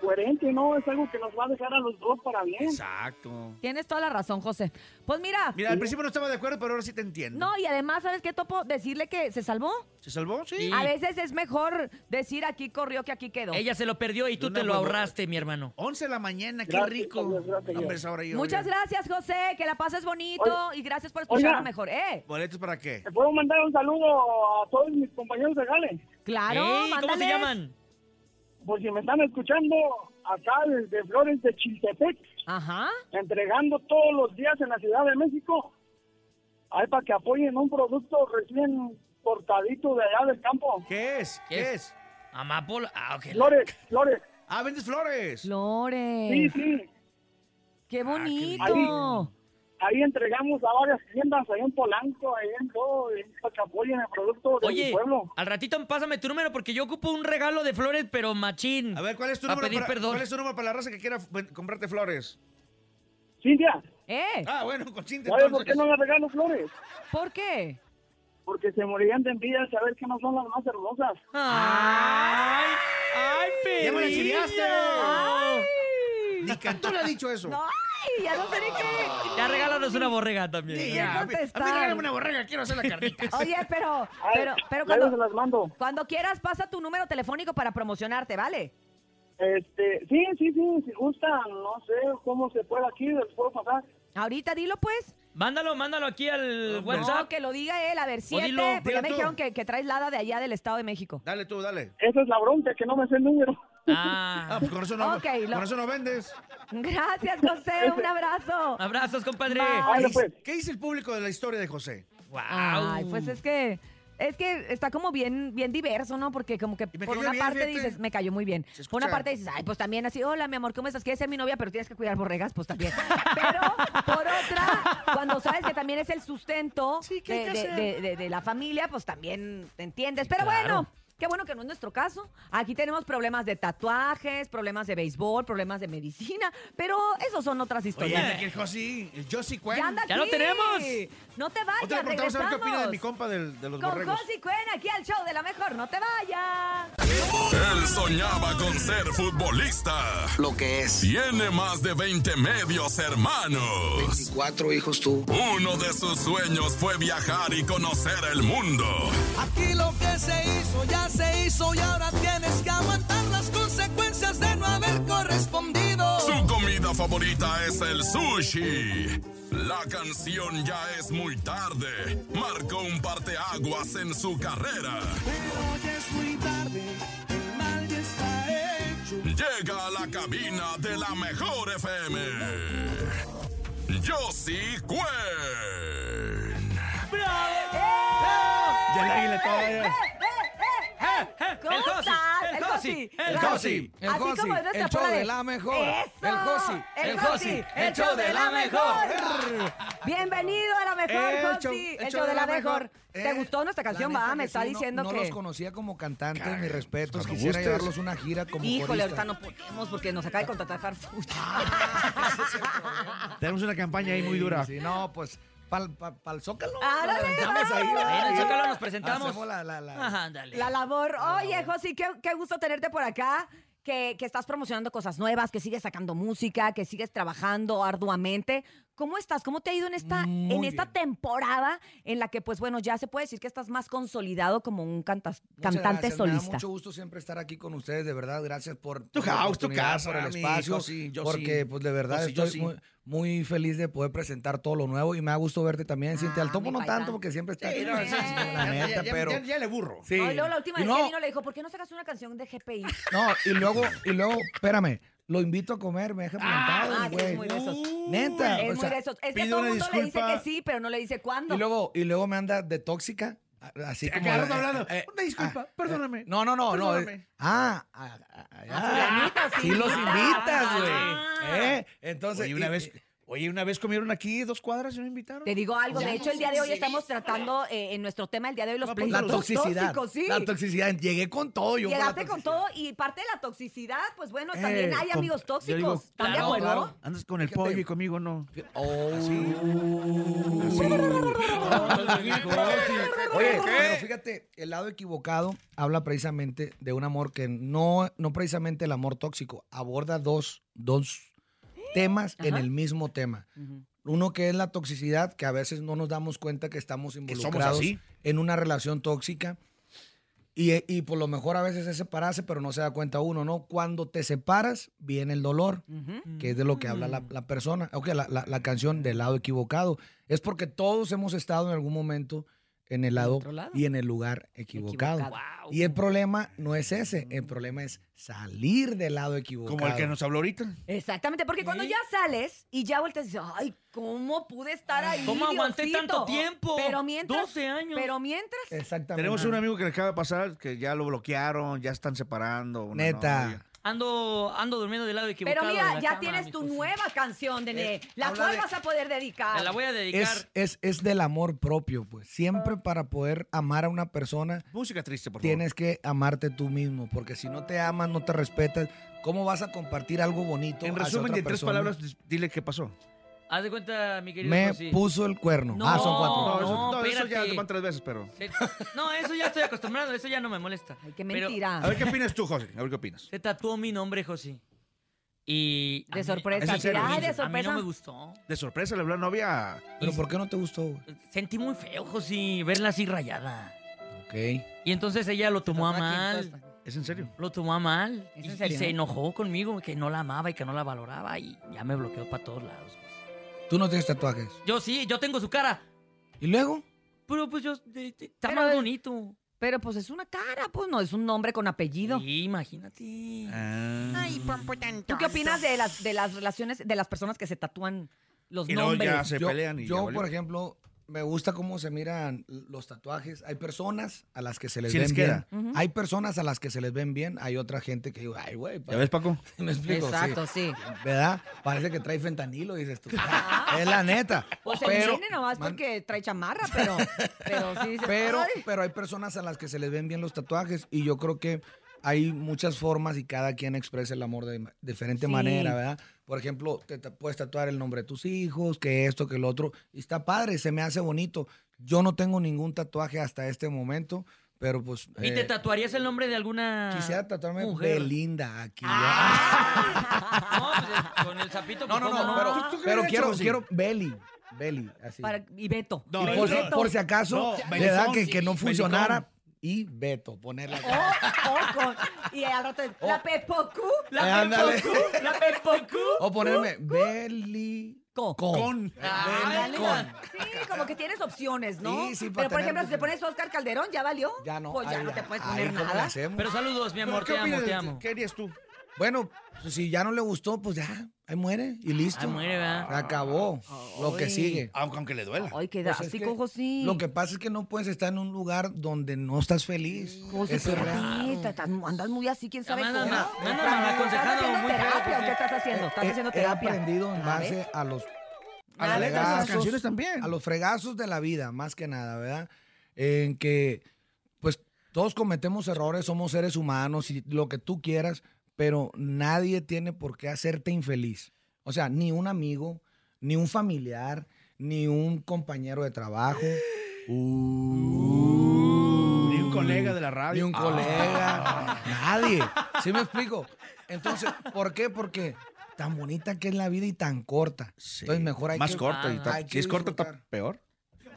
Speaker 20: coherente, ¿no? Es algo que nos va a dejar a los dos para bien.
Speaker 9: Exacto.
Speaker 5: Tienes toda la razón, José. Pues mira.
Speaker 9: Mira, al principio no estaba de acuerdo, pero ahora sí te entiendo.
Speaker 5: No, y además, ¿sabes qué, Topo? Decirle que se salvó.
Speaker 9: ¿Se salvó? Sí.
Speaker 5: A veces es mejor decir aquí corrió que aquí quedó.
Speaker 7: Ella se lo perdió y tú
Speaker 9: Una Oh,
Speaker 7: te lo
Speaker 9: huevona.
Speaker 7: ahorraste, mi hermano.
Speaker 9: 11 de la mañana, qué
Speaker 7: Gracias,
Speaker 9: rico. Hombre, es ahora yo,
Speaker 5: Muchas
Speaker 9: mira.
Speaker 5: gracias, José. Que la pases bonito y gracias por
Speaker 9: oiga.
Speaker 5: escucharlo mejor. ¿Eh?
Speaker 9: ¿Boletos para qué?
Speaker 20: ¿Te puedo mandar un saludo a todos mis compañeros de Gale?
Speaker 5: Claro, Ey, ¿cómo se mándales. llaman?
Speaker 20: Por si me están escuchando, acá desde Flores de Chiltepec.
Speaker 5: Ajá.
Speaker 20: Entregando todos los días en la Ciudad de México. Ahí para que apoyen un producto recién cortadito de allá del campo.
Speaker 9: ¿Qué es? ¿Qué es?
Speaker 7: Amapola. Ah, ok.
Speaker 20: Flores, flores.
Speaker 9: Ah, vendes flores.
Speaker 5: Flores.
Speaker 20: Sí, sí.
Speaker 5: ¡Qué bonito!
Speaker 20: Ahí, ahí entregamos a varias tiendas, ahí en Polanco, ahí en todo, ahí para que apoyen el producto de mi
Speaker 7: Oye,
Speaker 20: pueblo.
Speaker 7: al ratito pásame tu número porque yo ocupo un regalo de flores, pero machín. A
Speaker 9: ver, ¿cuál es tu número
Speaker 7: pedir
Speaker 9: para-
Speaker 7: perdón.
Speaker 9: ¿Cuál es tu número para la raza que quiera ven- comprarte flores?
Speaker 20: Cintia.
Speaker 5: ¿Eh?
Speaker 9: Ah, bueno, con Cintia.
Speaker 20: ¿Sabes por qué
Speaker 9: entonces.
Speaker 20: no le regalo flores?
Speaker 5: ¿Por qué?
Speaker 20: Porque se morirían de envidia al saber que no son las más hermosas.
Speaker 7: ¡Ay! ¡Ay,
Speaker 9: ¡Ya me la chiviaste!
Speaker 5: Ay.
Speaker 9: Ni Cantú le ha dicho eso.
Speaker 5: No, ay, ya no sé ni qué.
Speaker 7: Ya regálanos una borrega también.
Speaker 5: Ni qué contestar.
Speaker 9: quiero hacer la carnita.
Speaker 5: [laughs] Oye, pero,
Speaker 7: Ay,
Speaker 5: pero, pero
Speaker 7: luego
Speaker 5: cuando,
Speaker 7: se
Speaker 20: las mando.
Speaker 5: cuando quieras pasa tu número telefónico para promocionarte, ¿vale?
Speaker 20: Este, sí, sí, sí, si gustan, no sé cómo se puede aquí, les puedo pasar.
Speaker 5: Ahorita dilo pues.
Speaker 7: Mándalo, mándalo aquí al
Speaker 9: Pues
Speaker 7: WhatsApp.
Speaker 5: No, que lo diga él, a ver, siete.
Speaker 7: dilo,
Speaker 5: porque ya
Speaker 7: dilo
Speaker 5: me
Speaker 7: tú.
Speaker 5: dijeron que, que traes lada de allá del Estado de México.
Speaker 9: Dale tú, dale.
Speaker 20: Esa es la bronca, que no me sé el número. [laughs]
Speaker 7: Ah,
Speaker 9: pues con eso no,
Speaker 5: Ok, lo-
Speaker 9: con eso no vendes.
Speaker 5: Gracias, José, un abrazo.
Speaker 7: Abrazos, compadre.
Speaker 5: Bye.
Speaker 9: ¿Qué, dice- qué dice el público de la historia de José?
Speaker 7: ¡Wow!
Speaker 5: Ay, pues es que es que está como bien bien diverso, ¿no? Porque como que por
Speaker 9: cayó
Speaker 5: una
Speaker 9: bien,
Speaker 5: parte
Speaker 9: fíjate.
Speaker 5: dices, me cayó muy bien. Por una
Speaker 9: escucha.
Speaker 5: parte dices, ay, pues también así, hola, mi amor, ¿cómo estás? ¿Quieres ser mi novia? Pero tienes que cuidar borregas, pues también. Pero por otra, cuando sabes que también es el sustento
Speaker 1: ¿qué hay
Speaker 5: de,
Speaker 1: que
Speaker 5: de-
Speaker 1: hacer?
Speaker 5: de- de- de la familia, pues también te entiendes. Pero
Speaker 1: claro.
Speaker 5: bueno. Qué bueno que no es nuestro caso. Aquí tenemos problemas de tatuajes, problemas de béisbol, problemas de medicina, pero esos son otras
Speaker 9: Oye,
Speaker 5: historias.
Speaker 9: de que el José, el José Cuen.
Speaker 5: Ya anda aquí. No te vayas,
Speaker 9: Otra le preguntamos a ver qué opina de
Speaker 5: regresamos.
Speaker 9: mi compa del- de los
Speaker 5: Con
Speaker 9: borregos.
Speaker 5: Josy Cuen aquí al show de la mejor, no te vayas.
Speaker 2: Él soñaba con ser futbolista. Lo que es. Tiene más de 20 medios hermanos. 24 hijos tú. Uno de sus sueños fue viajar y conocer el mundo.
Speaker 1: Aquí lo que se hizo ya se hizo y ahora tienes que aguantar las consecuencias de no haber correspondido.
Speaker 2: Su comida favorita es el sushi. La canción ya es muy tarde. Marcó un parteaguas en su carrera.
Speaker 1: Pero ya es muy tarde, el mal ya está hecho.
Speaker 2: Llega a la cabina de la mejor FM. Josie Cuen.
Speaker 9: Ya el águila
Speaker 5: ¡Eh,
Speaker 9: todavía.
Speaker 5: eh, eh! ¿Cómo
Speaker 1: el Josi,
Speaker 5: estás?
Speaker 1: el Josi, el
Speaker 5: Gracias.
Speaker 1: Josi, el
Speaker 5: Así
Speaker 1: Josi,
Speaker 5: como es nuestra
Speaker 1: el show
Speaker 5: frase.
Speaker 1: de la mejor.
Speaker 5: ¡Eso!
Speaker 1: El Josi, el Josi, el show de la mejor.
Speaker 5: Bienvenido a la mejor,
Speaker 1: El show-
Speaker 5: Josi, el show de la mejor. ¿Te
Speaker 1: Eh,
Speaker 5: gustó nuestra canción? Va, me está diciendo
Speaker 21: no,
Speaker 5: que...
Speaker 21: los conocía como cantantes, mis respetos.
Speaker 5: cuando
Speaker 21: Quisiera
Speaker 5: gustes.
Speaker 21: llevarlos una gira como
Speaker 5: Híjole,
Speaker 21: corista.
Speaker 5: ahorita no podemos porque nos acaba de contratar Harfuch.
Speaker 9: Tenemos una campaña ahí muy dura.
Speaker 21: Sí, no, pues, para el Zócalo.
Speaker 5: Ándale,
Speaker 21: Nos aventamos ahí,
Speaker 5: ándale.
Speaker 21: ¿verdad?
Speaker 5: En el Zócalo
Speaker 7: nos presentamos.
Speaker 21: Hacemos la- la- la-
Speaker 7: Ajá, ándale.
Speaker 5: La labor. Oye, Josi, qué, qué gusto tenerte por acá. que, que estás promocionando cosas nuevas, que sigues sacando música, que sigues trabajando arduamente. ¿Cómo estás? ¿Cómo te ha ido en esta, en esta temporada en la que, pues bueno, ya se puede decir que estás más consolidado como un cantas-
Speaker 21: Muchas
Speaker 5: cantante
Speaker 21: gracias, Me da
Speaker 5: solista?
Speaker 21: mucho gusto siempre estar aquí con ustedes, de verdad. Gracias por
Speaker 9: Tu
Speaker 21: por la
Speaker 9: house, tu
Speaker 21: oportunidad,
Speaker 9: casa,
Speaker 21: por el
Speaker 9: mi
Speaker 21: espacio.
Speaker 9: hijo, sí, yo
Speaker 21: porque,
Speaker 9: sí.
Speaker 21: pues, de verdad
Speaker 9: Yo sí, yo
Speaker 21: estoy
Speaker 9: sí.
Speaker 21: muy, muy feliz de poder presentar todo lo nuevo y me da gusto verte también, Cintia. Al topo no tanto, porque siempre está.
Speaker 9: Sí, no, sí, sí,
Speaker 21: la
Speaker 9: ya-
Speaker 21: neta,
Speaker 9: ya- ya-
Speaker 21: pero.
Speaker 9: ya- ya le burro.
Speaker 21: Sí.
Speaker 5: No, y luego la última
Speaker 21: Y
Speaker 5: vez que
Speaker 21: no,
Speaker 5: vino le dijo, ¿por qué no sacas una canción
Speaker 21: [laughs]
Speaker 5: de GPI?
Speaker 21: no, y luego, y luego, espérame, lo invito a comer, me deja
Speaker 5: Ah,
Speaker 21: plantado,
Speaker 5: sí, es
Speaker 21: güey.
Speaker 5: muy de esos.
Speaker 21: Neta.
Speaker 5: Es
Speaker 21: o
Speaker 5: muy
Speaker 21: sea,
Speaker 5: de esos. Es que
Speaker 21: pido
Speaker 5: todo
Speaker 21: una
Speaker 5: el mundo le dice
Speaker 21: disculpa.
Speaker 5: que sí, pero no le dice cuándo.
Speaker 21: Y luego, y luego me anda de tóxica. a- Así como.
Speaker 9: cada rato
Speaker 21: eh,
Speaker 9: hablando,
Speaker 21: eh,
Speaker 9: "Una disculpa,
Speaker 21: ah, eh,
Speaker 9: perdóname,
Speaker 21: No, no, no, no. eh,
Speaker 9: perdóname".
Speaker 21: Ah, ah, ah, ah, sí los invitas, güey. ¿Eh? Entonces.
Speaker 9: Oye, una
Speaker 21: y-
Speaker 9: vez, oye, una vez comieron aquí dos cuadras y no invitaron.
Speaker 5: Te digo algo,
Speaker 9: Ya
Speaker 5: de
Speaker 9: no
Speaker 5: hecho el día de hoy
Speaker 9: sé.
Speaker 5: estamos tratando eh, en nuestro tema el día de hoy los
Speaker 7: pues,
Speaker 21: y- la
Speaker 5: pleitos
Speaker 21: toxicidad.
Speaker 5: tóxicos, sí.
Speaker 21: La toxicidad. Llegué con todo. Yo con la
Speaker 5: Llegaste con todo y parte de la toxicidad, pues bueno, también
Speaker 21: Eh,
Speaker 5: hay
Speaker 21: con-
Speaker 5: amigos
Speaker 9: Yo
Speaker 5: tóxicos.
Speaker 9: digo,
Speaker 5: ¿Están de
Speaker 9: claro,
Speaker 5: acuerdo?
Speaker 9: claro. Andas con el pollo y conmigo no.
Speaker 21: Oh. Oye, pero fíjate, el lado equivocado habla precisamente de un amor que no, no precisamente el amor tóxico, aborda dos, dos temas en el mismo tema. Uno que es la toxicidad, que a veces no nos damos cuenta que estamos involucrados
Speaker 9: así.
Speaker 21: en una relación tóxica. Y, y por lo mejor a veces es separarse, pero no se da cuenta uno, ¿no? Cuando te separas, viene el dolor que es de lo que habla la, la persona, ok, la, la- la canción del lado equivocado. Es porque todos hemos estado en algún momento en el lado, y en el lugar equivocado.
Speaker 9: Equivocado.
Speaker 21: Y el problema no es ese, el problema es salir del lado equivocado.
Speaker 9: Como el que nos habló ahorita.
Speaker 5: Exactamente, porque cuando ya sales y ya vueltas y dices, ay, ¿cómo pude estar ahí?
Speaker 7: ¿Cómo aguanté
Speaker 5: Diosito?"
Speaker 7: tanto tiempo?
Speaker 5: Pero mientras.
Speaker 7: 12 años.
Speaker 5: Pero mientras.
Speaker 21: Exactamente.
Speaker 9: Tenemos un amigo que le acaba de pasar que ya lo bloquearon, ya están separando. una
Speaker 21: Neta.
Speaker 9: novia.
Speaker 7: Ando, ando durmiendo del lado equivocado.
Speaker 5: Pero
Speaker 7: de
Speaker 5: mira,
Speaker 7: la
Speaker 5: ya
Speaker 7: cama,
Speaker 5: tienes
Speaker 7: mijo.
Speaker 5: tu nueva canción, Dene, la
Speaker 7: habla
Speaker 5: cual
Speaker 7: de-
Speaker 5: vas a poder dedicar.
Speaker 7: Te la voy a dedicar.
Speaker 21: Es, es, es del amor propio, pues. Siempre para poder amar a una persona,
Speaker 9: Música triste, por favor.
Speaker 21: tienes que amarte tú mismo, porque si no te amas, no te respetas, ¿cómo vas a compartir algo bonito?
Speaker 9: En
Speaker 21: hacia
Speaker 9: resumen,
Speaker 21: otra
Speaker 9: de en tres
Speaker 21: persona?
Speaker 9: palabras, dis- dile qué pasó.
Speaker 7: Haz de cuenta, mi querido.
Speaker 21: Me
Speaker 7: José.
Speaker 21: puso el cuerno.
Speaker 7: No,
Speaker 21: ah, son cuatro.
Speaker 7: No,
Speaker 9: eso,
Speaker 7: no,
Speaker 9: eso ya
Speaker 7: espérate.
Speaker 9: van tres veces, pero.
Speaker 7: Se- No, eso ya estoy acostumbrado, eso ya no me molesta. Ay,
Speaker 5: qué mentira.
Speaker 9: A ver qué opinas tú, José. A ver qué opinas.
Speaker 7: Se tatuó mi nombre, José. Y.
Speaker 5: De
Speaker 7: a mí-
Speaker 5: sorpresa,
Speaker 7: a mí-
Speaker 5: sí, ay, de
Speaker 7: A mí
Speaker 5: sorpresa.
Speaker 7: no me gustó.
Speaker 9: De sorpresa le habló a la novia.
Speaker 21: ¿Pero por qué no te gustó? güey?
Speaker 7: Sentí muy feo, José, verla así rayada.
Speaker 21: Ok.
Speaker 7: Y entonces ella lo tomó a
Speaker 21: Aquí,
Speaker 7: mal.
Speaker 21: entonces,
Speaker 9: ¿Es en serio?
Speaker 7: Lo tomó a mal.
Speaker 21: ¿Es
Speaker 7: Y,
Speaker 21: en
Speaker 7: y
Speaker 21: serio?
Speaker 7: se enojó conmigo, que no la amaba y que no la valoraba. Y ya me bloqueó para todos lados.
Speaker 21: Tú no tienes tatuajes.
Speaker 7: Yo sí, yo tengo su cara.
Speaker 21: ¿Y luego?
Speaker 7: Pero pues yo. de- de- Está
Speaker 5: Pero
Speaker 7: más
Speaker 5: es-
Speaker 7: bonito.
Speaker 5: Pero pues es una cara, pues no, es un nombre con apellido.
Speaker 7: imagínate.
Speaker 21: Ah,
Speaker 9: Ay,
Speaker 16: pompo tan
Speaker 5: ¿Tú qué opinas de las, de las relaciones, de las personas que se tatúan los
Speaker 9: Y luego
Speaker 5: nombres?
Speaker 9: ya se
Speaker 21: yo,
Speaker 9: pelean y
Speaker 21: yo,
Speaker 9: ya valió.
Speaker 21: por ejemplo, me gusta cómo se miran los tatuajes. Hay personas a las que se les
Speaker 9: Sí
Speaker 21: ven
Speaker 9: les queda.
Speaker 21: bien.
Speaker 9: Ujú.
Speaker 21: Hay personas a las que se les ven bien. Hay otra gente que digo, ay, güey. pa-
Speaker 9: ¿Ya
Speaker 21: [laughs]
Speaker 9: ves, Paco?
Speaker 21: Me explico.
Speaker 5: Exacto,
Speaker 21: sí. ¿Verdad? Parece que trae fentanilo, dices
Speaker 5: [laughs]
Speaker 21: tú. es la neta.
Speaker 5: O se
Speaker 21: Pero-
Speaker 5: tiene nomás
Speaker 21: man-
Speaker 5: porque trae chamarra, pero,
Speaker 7: [laughs]
Speaker 5: pero sí dices,
Speaker 21: Pero,
Speaker 5: "Ay".
Speaker 21: pero hay personas a las que se les ven bien los tatuajes y yo creo que hay muchas formas y cada quien expresa el amor de ma- diferente
Speaker 9: Sí.
Speaker 21: manera, ¿verdad? Por ejemplo, te, ta- puedes tatuar el nombre de tus hijos, que esto, que el otro. Y está padre, se me hace bonito. Yo no tengo ningún tatuaje hasta este momento, pero pues...
Speaker 7: ¿Y te
Speaker 21: eh,
Speaker 7: tatuarías el nombre de alguna.
Speaker 21: Quisiera tatuarme
Speaker 7: Ah, mujer? Ah, pues,
Speaker 21: Belinda aquí. ¿eh?
Speaker 7: Con el sapito.
Speaker 21: No,
Speaker 7: pues,
Speaker 21: no,
Speaker 7: ¿cómo
Speaker 21: no, pero,
Speaker 9: ¿Tú- tú qué
Speaker 21: pero
Speaker 9: hubieras
Speaker 21: quiero,
Speaker 9: hecho, sí?
Speaker 21: quiero Beli, Beli, así.
Speaker 5: Para- y Beto.
Speaker 21: Y
Speaker 5: Y
Speaker 21: por, si,
Speaker 5: Beto.
Speaker 21: por si acaso,
Speaker 5: No,
Speaker 21: le da
Speaker 5: Belicón,
Speaker 21: que, que
Speaker 5: sí,
Speaker 21: no funcionara
Speaker 5: Belicón.
Speaker 21: y Beto, ponerla.
Speaker 5: O, o con, y al rato, la Pepocu.
Speaker 21: Oh. Eh,
Speaker 5: La
Speaker 21: ándale.
Speaker 5: Pepocu. La Pepocu.
Speaker 21: O ponerme Beli
Speaker 5: con.
Speaker 21: con.
Speaker 5: Ándale.
Speaker 21: Con.
Speaker 5: Sí, como que tienes opciones, ¿no?
Speaker 21: Sí, sí, para
Speaker 5: Pero por
Speaker 21: tener-
Speaker 5: ejemplo, si te pones Oscar Calderón, ¿ya valió?
Speaker 21: Ya no,
Speaker 5: Pues ya
Speaker 21: ahí-
Speaker 5: no te puedes
Speaker 21: ahí
Speaker 5: poner
Speaker 21: cómo le
Speaker 5: nada.
Speaker 21: hacemos.
Speaker 7: Pero saludos, mi amor, te amo, te amo.
Speaker 9: ¿Qué harías tú?
Speaker 21: Bueno, pues, si ya no le gustó, pues ya, ahí muere y listo.
Speaker 7: Ahí muere, ¿verdad?
Speaker 21: Se acabó. lo que
Speaker 9: Ay.
Speaker 21: sigue.
Speaker 9: Aunque, aunque le duela.
Speaker 5: Ay, qué
Speaker 21: Pues es
Speaker 5: drástico,
Speaker 21: que
Speaker 5: José.
Speaker 21: Lo que pasa es que no puedes estar en un lugar donde no estás feliz.
Speaker 5: José,
Speaker 21: Eso es
Speaker 5: espérate,
Speaker 21: real.
Speaker 5: estás- andas muy así, quién sabe
Speaker 7: Me
Speaker 5: cómo.
Speaker 7: andan- me andan
Speaker 5: ¿Estás
Speaker 7: malaconsejado,
Speaker 5: haciendo
Speaker 7: muy feo, pues,
Speaker 5: terapia o
Speaker 7: José.
Speaker 5: qué estás haciendo? ¿Estás
Speaker 21: He-
Speaker 5: haciendo
Speaker 21: He
Speaker 5: terapia?
Speaker 21: aprendido en
Speaker 5: Ah, ¿ves?
Speaker 21: base a los
Speaker 5: A las letras de las canciones
Speaker 9: también.
Speaker 21: A los fregazos de la vida, más que nada, ¿verdad? En que, pues, todos cometemos errores, somos seres humanos y lo que tú quieras, pero nadie tiene por qué hacerte infeliz. O sea, ni un amigo, ni un familiar, ni un compañero de trabajo.
Speaker 9: Ni un colega de la radio. Ah.
Speaker 21: Ni un colega, nadie. ¿Sí me explico? Entonces, ¿por qué? Porque tan bonita que es la vida y tan corta. Entonces, mejor hay
Speaker 9: Más
Speaker 21: que-
Speaker 9: corta. y ta-
Speaker 21: hay que
Speaker 9: si es corta,
Speaker 21: disfrutar.
Speaker 9: está peor.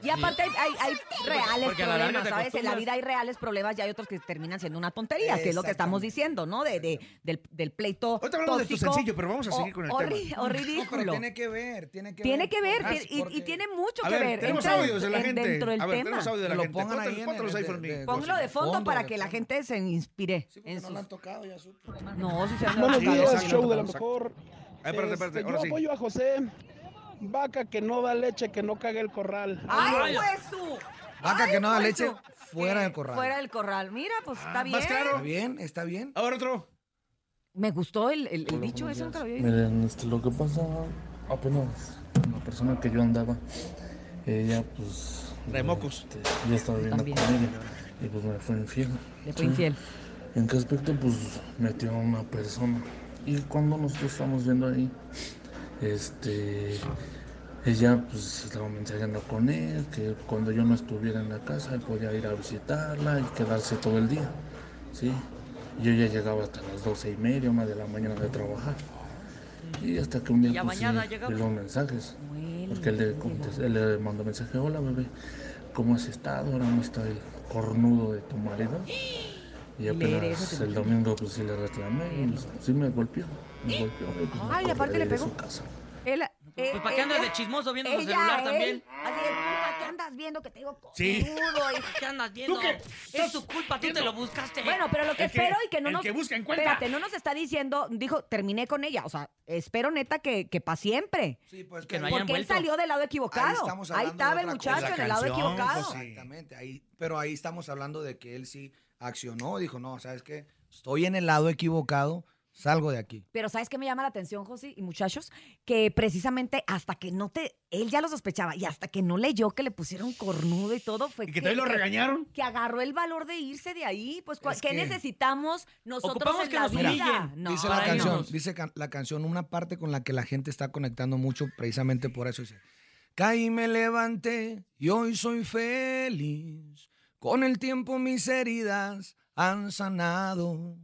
Speaker 5: Y aparte hay, hay- hay reales
Speaker 9: porque a la larga
Speaker 5: problemas,
Speaker 9: te
Speaker 5: ¿sabes? En la
Speaker 9: acostumbras.
Speaker 5: vida hay reales problemas y hay otros que terminan siendo una tontería, que es lo que estamos diciendo, ¿no? De, de- del, del pleito
Speaker 21: Ahorita
Speaker 5: tóxico.
Speaker 21: hablamos de tu sencillo, pero vamos a
Speaker 5: o-
Speaker 21: seguir con el
Speaker 5: o
Speaker 21: tema.
Speaker 5: ri- o
Speaker 21: No, pero
Speaker 5: ridículo.
Speaker 21: tiene que ver, tiene que
Speaker 5: Tiene
Speaker 21: ver
Speaker 5: que ver,
Speaker 21: con
Speaker 5: ti-
Speaker 21: más,
Speaker 5: y, y
Speaker 21: porque-
Speaker 5: tiene mucho
Speaker 21: A
Speaker 5: que
Speaker 21: ver,
Speaker 5: ver.
Speaker 21: tenemos
Speaker 5: Entra
Speaker 21: audios de la
Speaker 5: en-
Speaker 21: gente.
Speaker 5: Dentro del
Speaker 21: A ver,
Speaker 5: tema.
Speaker 21: tenemos audio de la Lo gente. pongan Ponte- ahí en ponte el- los iPhone de- mío. de-
Speaker 5: Póngalo de fondo
Speaker 21: fondo,
Speaker 5: para
Speaker 21: de
Speaker 5: que la gente se inspire. en
Speaker 21: no
Speaker 5: sus-
Speaker 21: la han tocado, ya supe.
Speaker 5: No, si se han
Speaker 12: Buenos
Speaker 5: tocado,
Speaker 12: días,
Speaker 5: sí,
Speaker 12: show de la
Speaker 5: tocado.
Speaker 12: mejor.
Speaker 9: Ay, Eh, espérate,
Speaker 12: Este,
Speaker 9: espérate,
Speaker 12: yo
Speaker 9: ahora sí.
Speaker 12: apoyo a José. Vaca que no da leche, que no cague el corral.
Speaker 5: ¡Ay, hueso!
Speaker 21: Vaca que no da
Speaker 5: Ay,
Speaker 21: leche Ah,
Speaker 5: hueso.
Speaker 21: fuera del corral.
Speaker 5: Fuera del corral. Mira, pues está bien.
Speaker 21: Está bien, está bien.
Speaker 9: Ahora otro.
Speaker 5: Me gustó el, el- el dicho, eso nunca lo había visto.
Speaker 6: Miren, este, lo que pasa, apenas la persona que yo andaba, ella pues...
Speaker 9: Remocos.
Speaker 6: este, ya estaba viviendo con También. ella y pues me fue infiel.
Speaker 5: Le fue
Speaker 6: Sí.
Speaker 5: infiel.
Speaker 6: ¿En qué aspecto? Pues metió a una persona. Y cuando nosotros estamos viendo ahí, este... Ella pues estaba mensajeando con él, que cuando yo no estuviera en la casa, él podía ir a visitarla y quedarse todo el día, ¿sí? Yo ya llegaba hasta las doce y media, una de la mañana de trabajar. Y hasta que un
Speaker 7: Ya
Speaker 6: día pues, sí,
Speaker 7: bañada llegaba.
Speaker 6: leí los mensajes. Porque él le, contestó- él le mandó mensaje, hola bebé, ¿cómo has estado? Ahora no está el cornudo de tu marido. Y apenas
Speaker 5: heredas el
Speaker 6: el domingo pues sí le reclamé y pues, sí me golpeó. Me golpeó. y, pues, me
Speaker 5: Ay,
Speaker 6: corrí
Speaker 5: aparte le
Speaker 6: de
Speaker 5: pegó.
Speaker 6: su casa.
Speaker 5: Él, eh,
Speaker 7: Pues para qué andas de chismoso viendo tu
Speaker 5: ella,
Speaker 7: celular
Speaker 5: él.
Speaker 7: también.
Speaker 5: Así de, ¿para qué andas viendo que te digo
Speaker 7: Sí.
Speaker 5: cojudo? Y...
Speaker 7: ¿Qué andas viendo? Es tu culpa, tú te lo buscaste.
Speaker 5: Bueno, pero lo que
Speaker 7: El
Speaker 5: espero y que no
Speaker 7: el
Speaker 5: nos...
Speaker 7: que busca, encuentra.
Speaker 5: Espérate, no nos está diciendo, dijo, terminé con ella. O sea, espero neta que, que para siempre.
Speaker 21: Sí, pues
Speaker 5: que Porque él salió del lado
Speaker 21: Ahí
Speaker 5: equivocado.
Speaker 21: estamos
Speaker 5: Ahí,
Speaker 21: hablando de
Speaker 5: estaba el
Speaker 21: otra
Speaker 5: muchacho,
Speaker 21: cosa.
Speaker 5: en el lado equivocado.
Speaker 21: Pues, Exactamente, ahí, pero ahí estamos hablando de que él sí accionó, dijo, no, ¿sabes qué? Estoy en el lado equivocado, salgo de aquí.
Speaker 5: Pero ¿sabes qué me llama la atención, José y muchachos? Que precisamente hasta que no te... Él ya lo sospechaba y hasta que no leyó que le pusieron cornudo y todo fue...
Speaker 9: Y que todavía lo regañaron.
Speaker 5: Que, agarró el valor de irse de ahí. Pues, ¿cuál-
Speaker 21: Es
Speaker 5: ¿qué
Speaker 21: que-
Speaker 5: necesitamos nosotros
Speaker 7: Ocupamos
Speaker 5: en
Speaker 7: que
Speaker 5: la
Speaker 7: nos
Speaker 5: vida?
Speaker 7: humillen.
Speaker 5: No,
Speaker 21: dice la
Speaker 5: ay, no.
Speaker 21: canción, dice ca- la canción, una parte con la que la gente está conectando mucho precisamente por eso. Dice, caí, me levanté y hoy soy feliz. Con el tiempo mis heridas han sanado.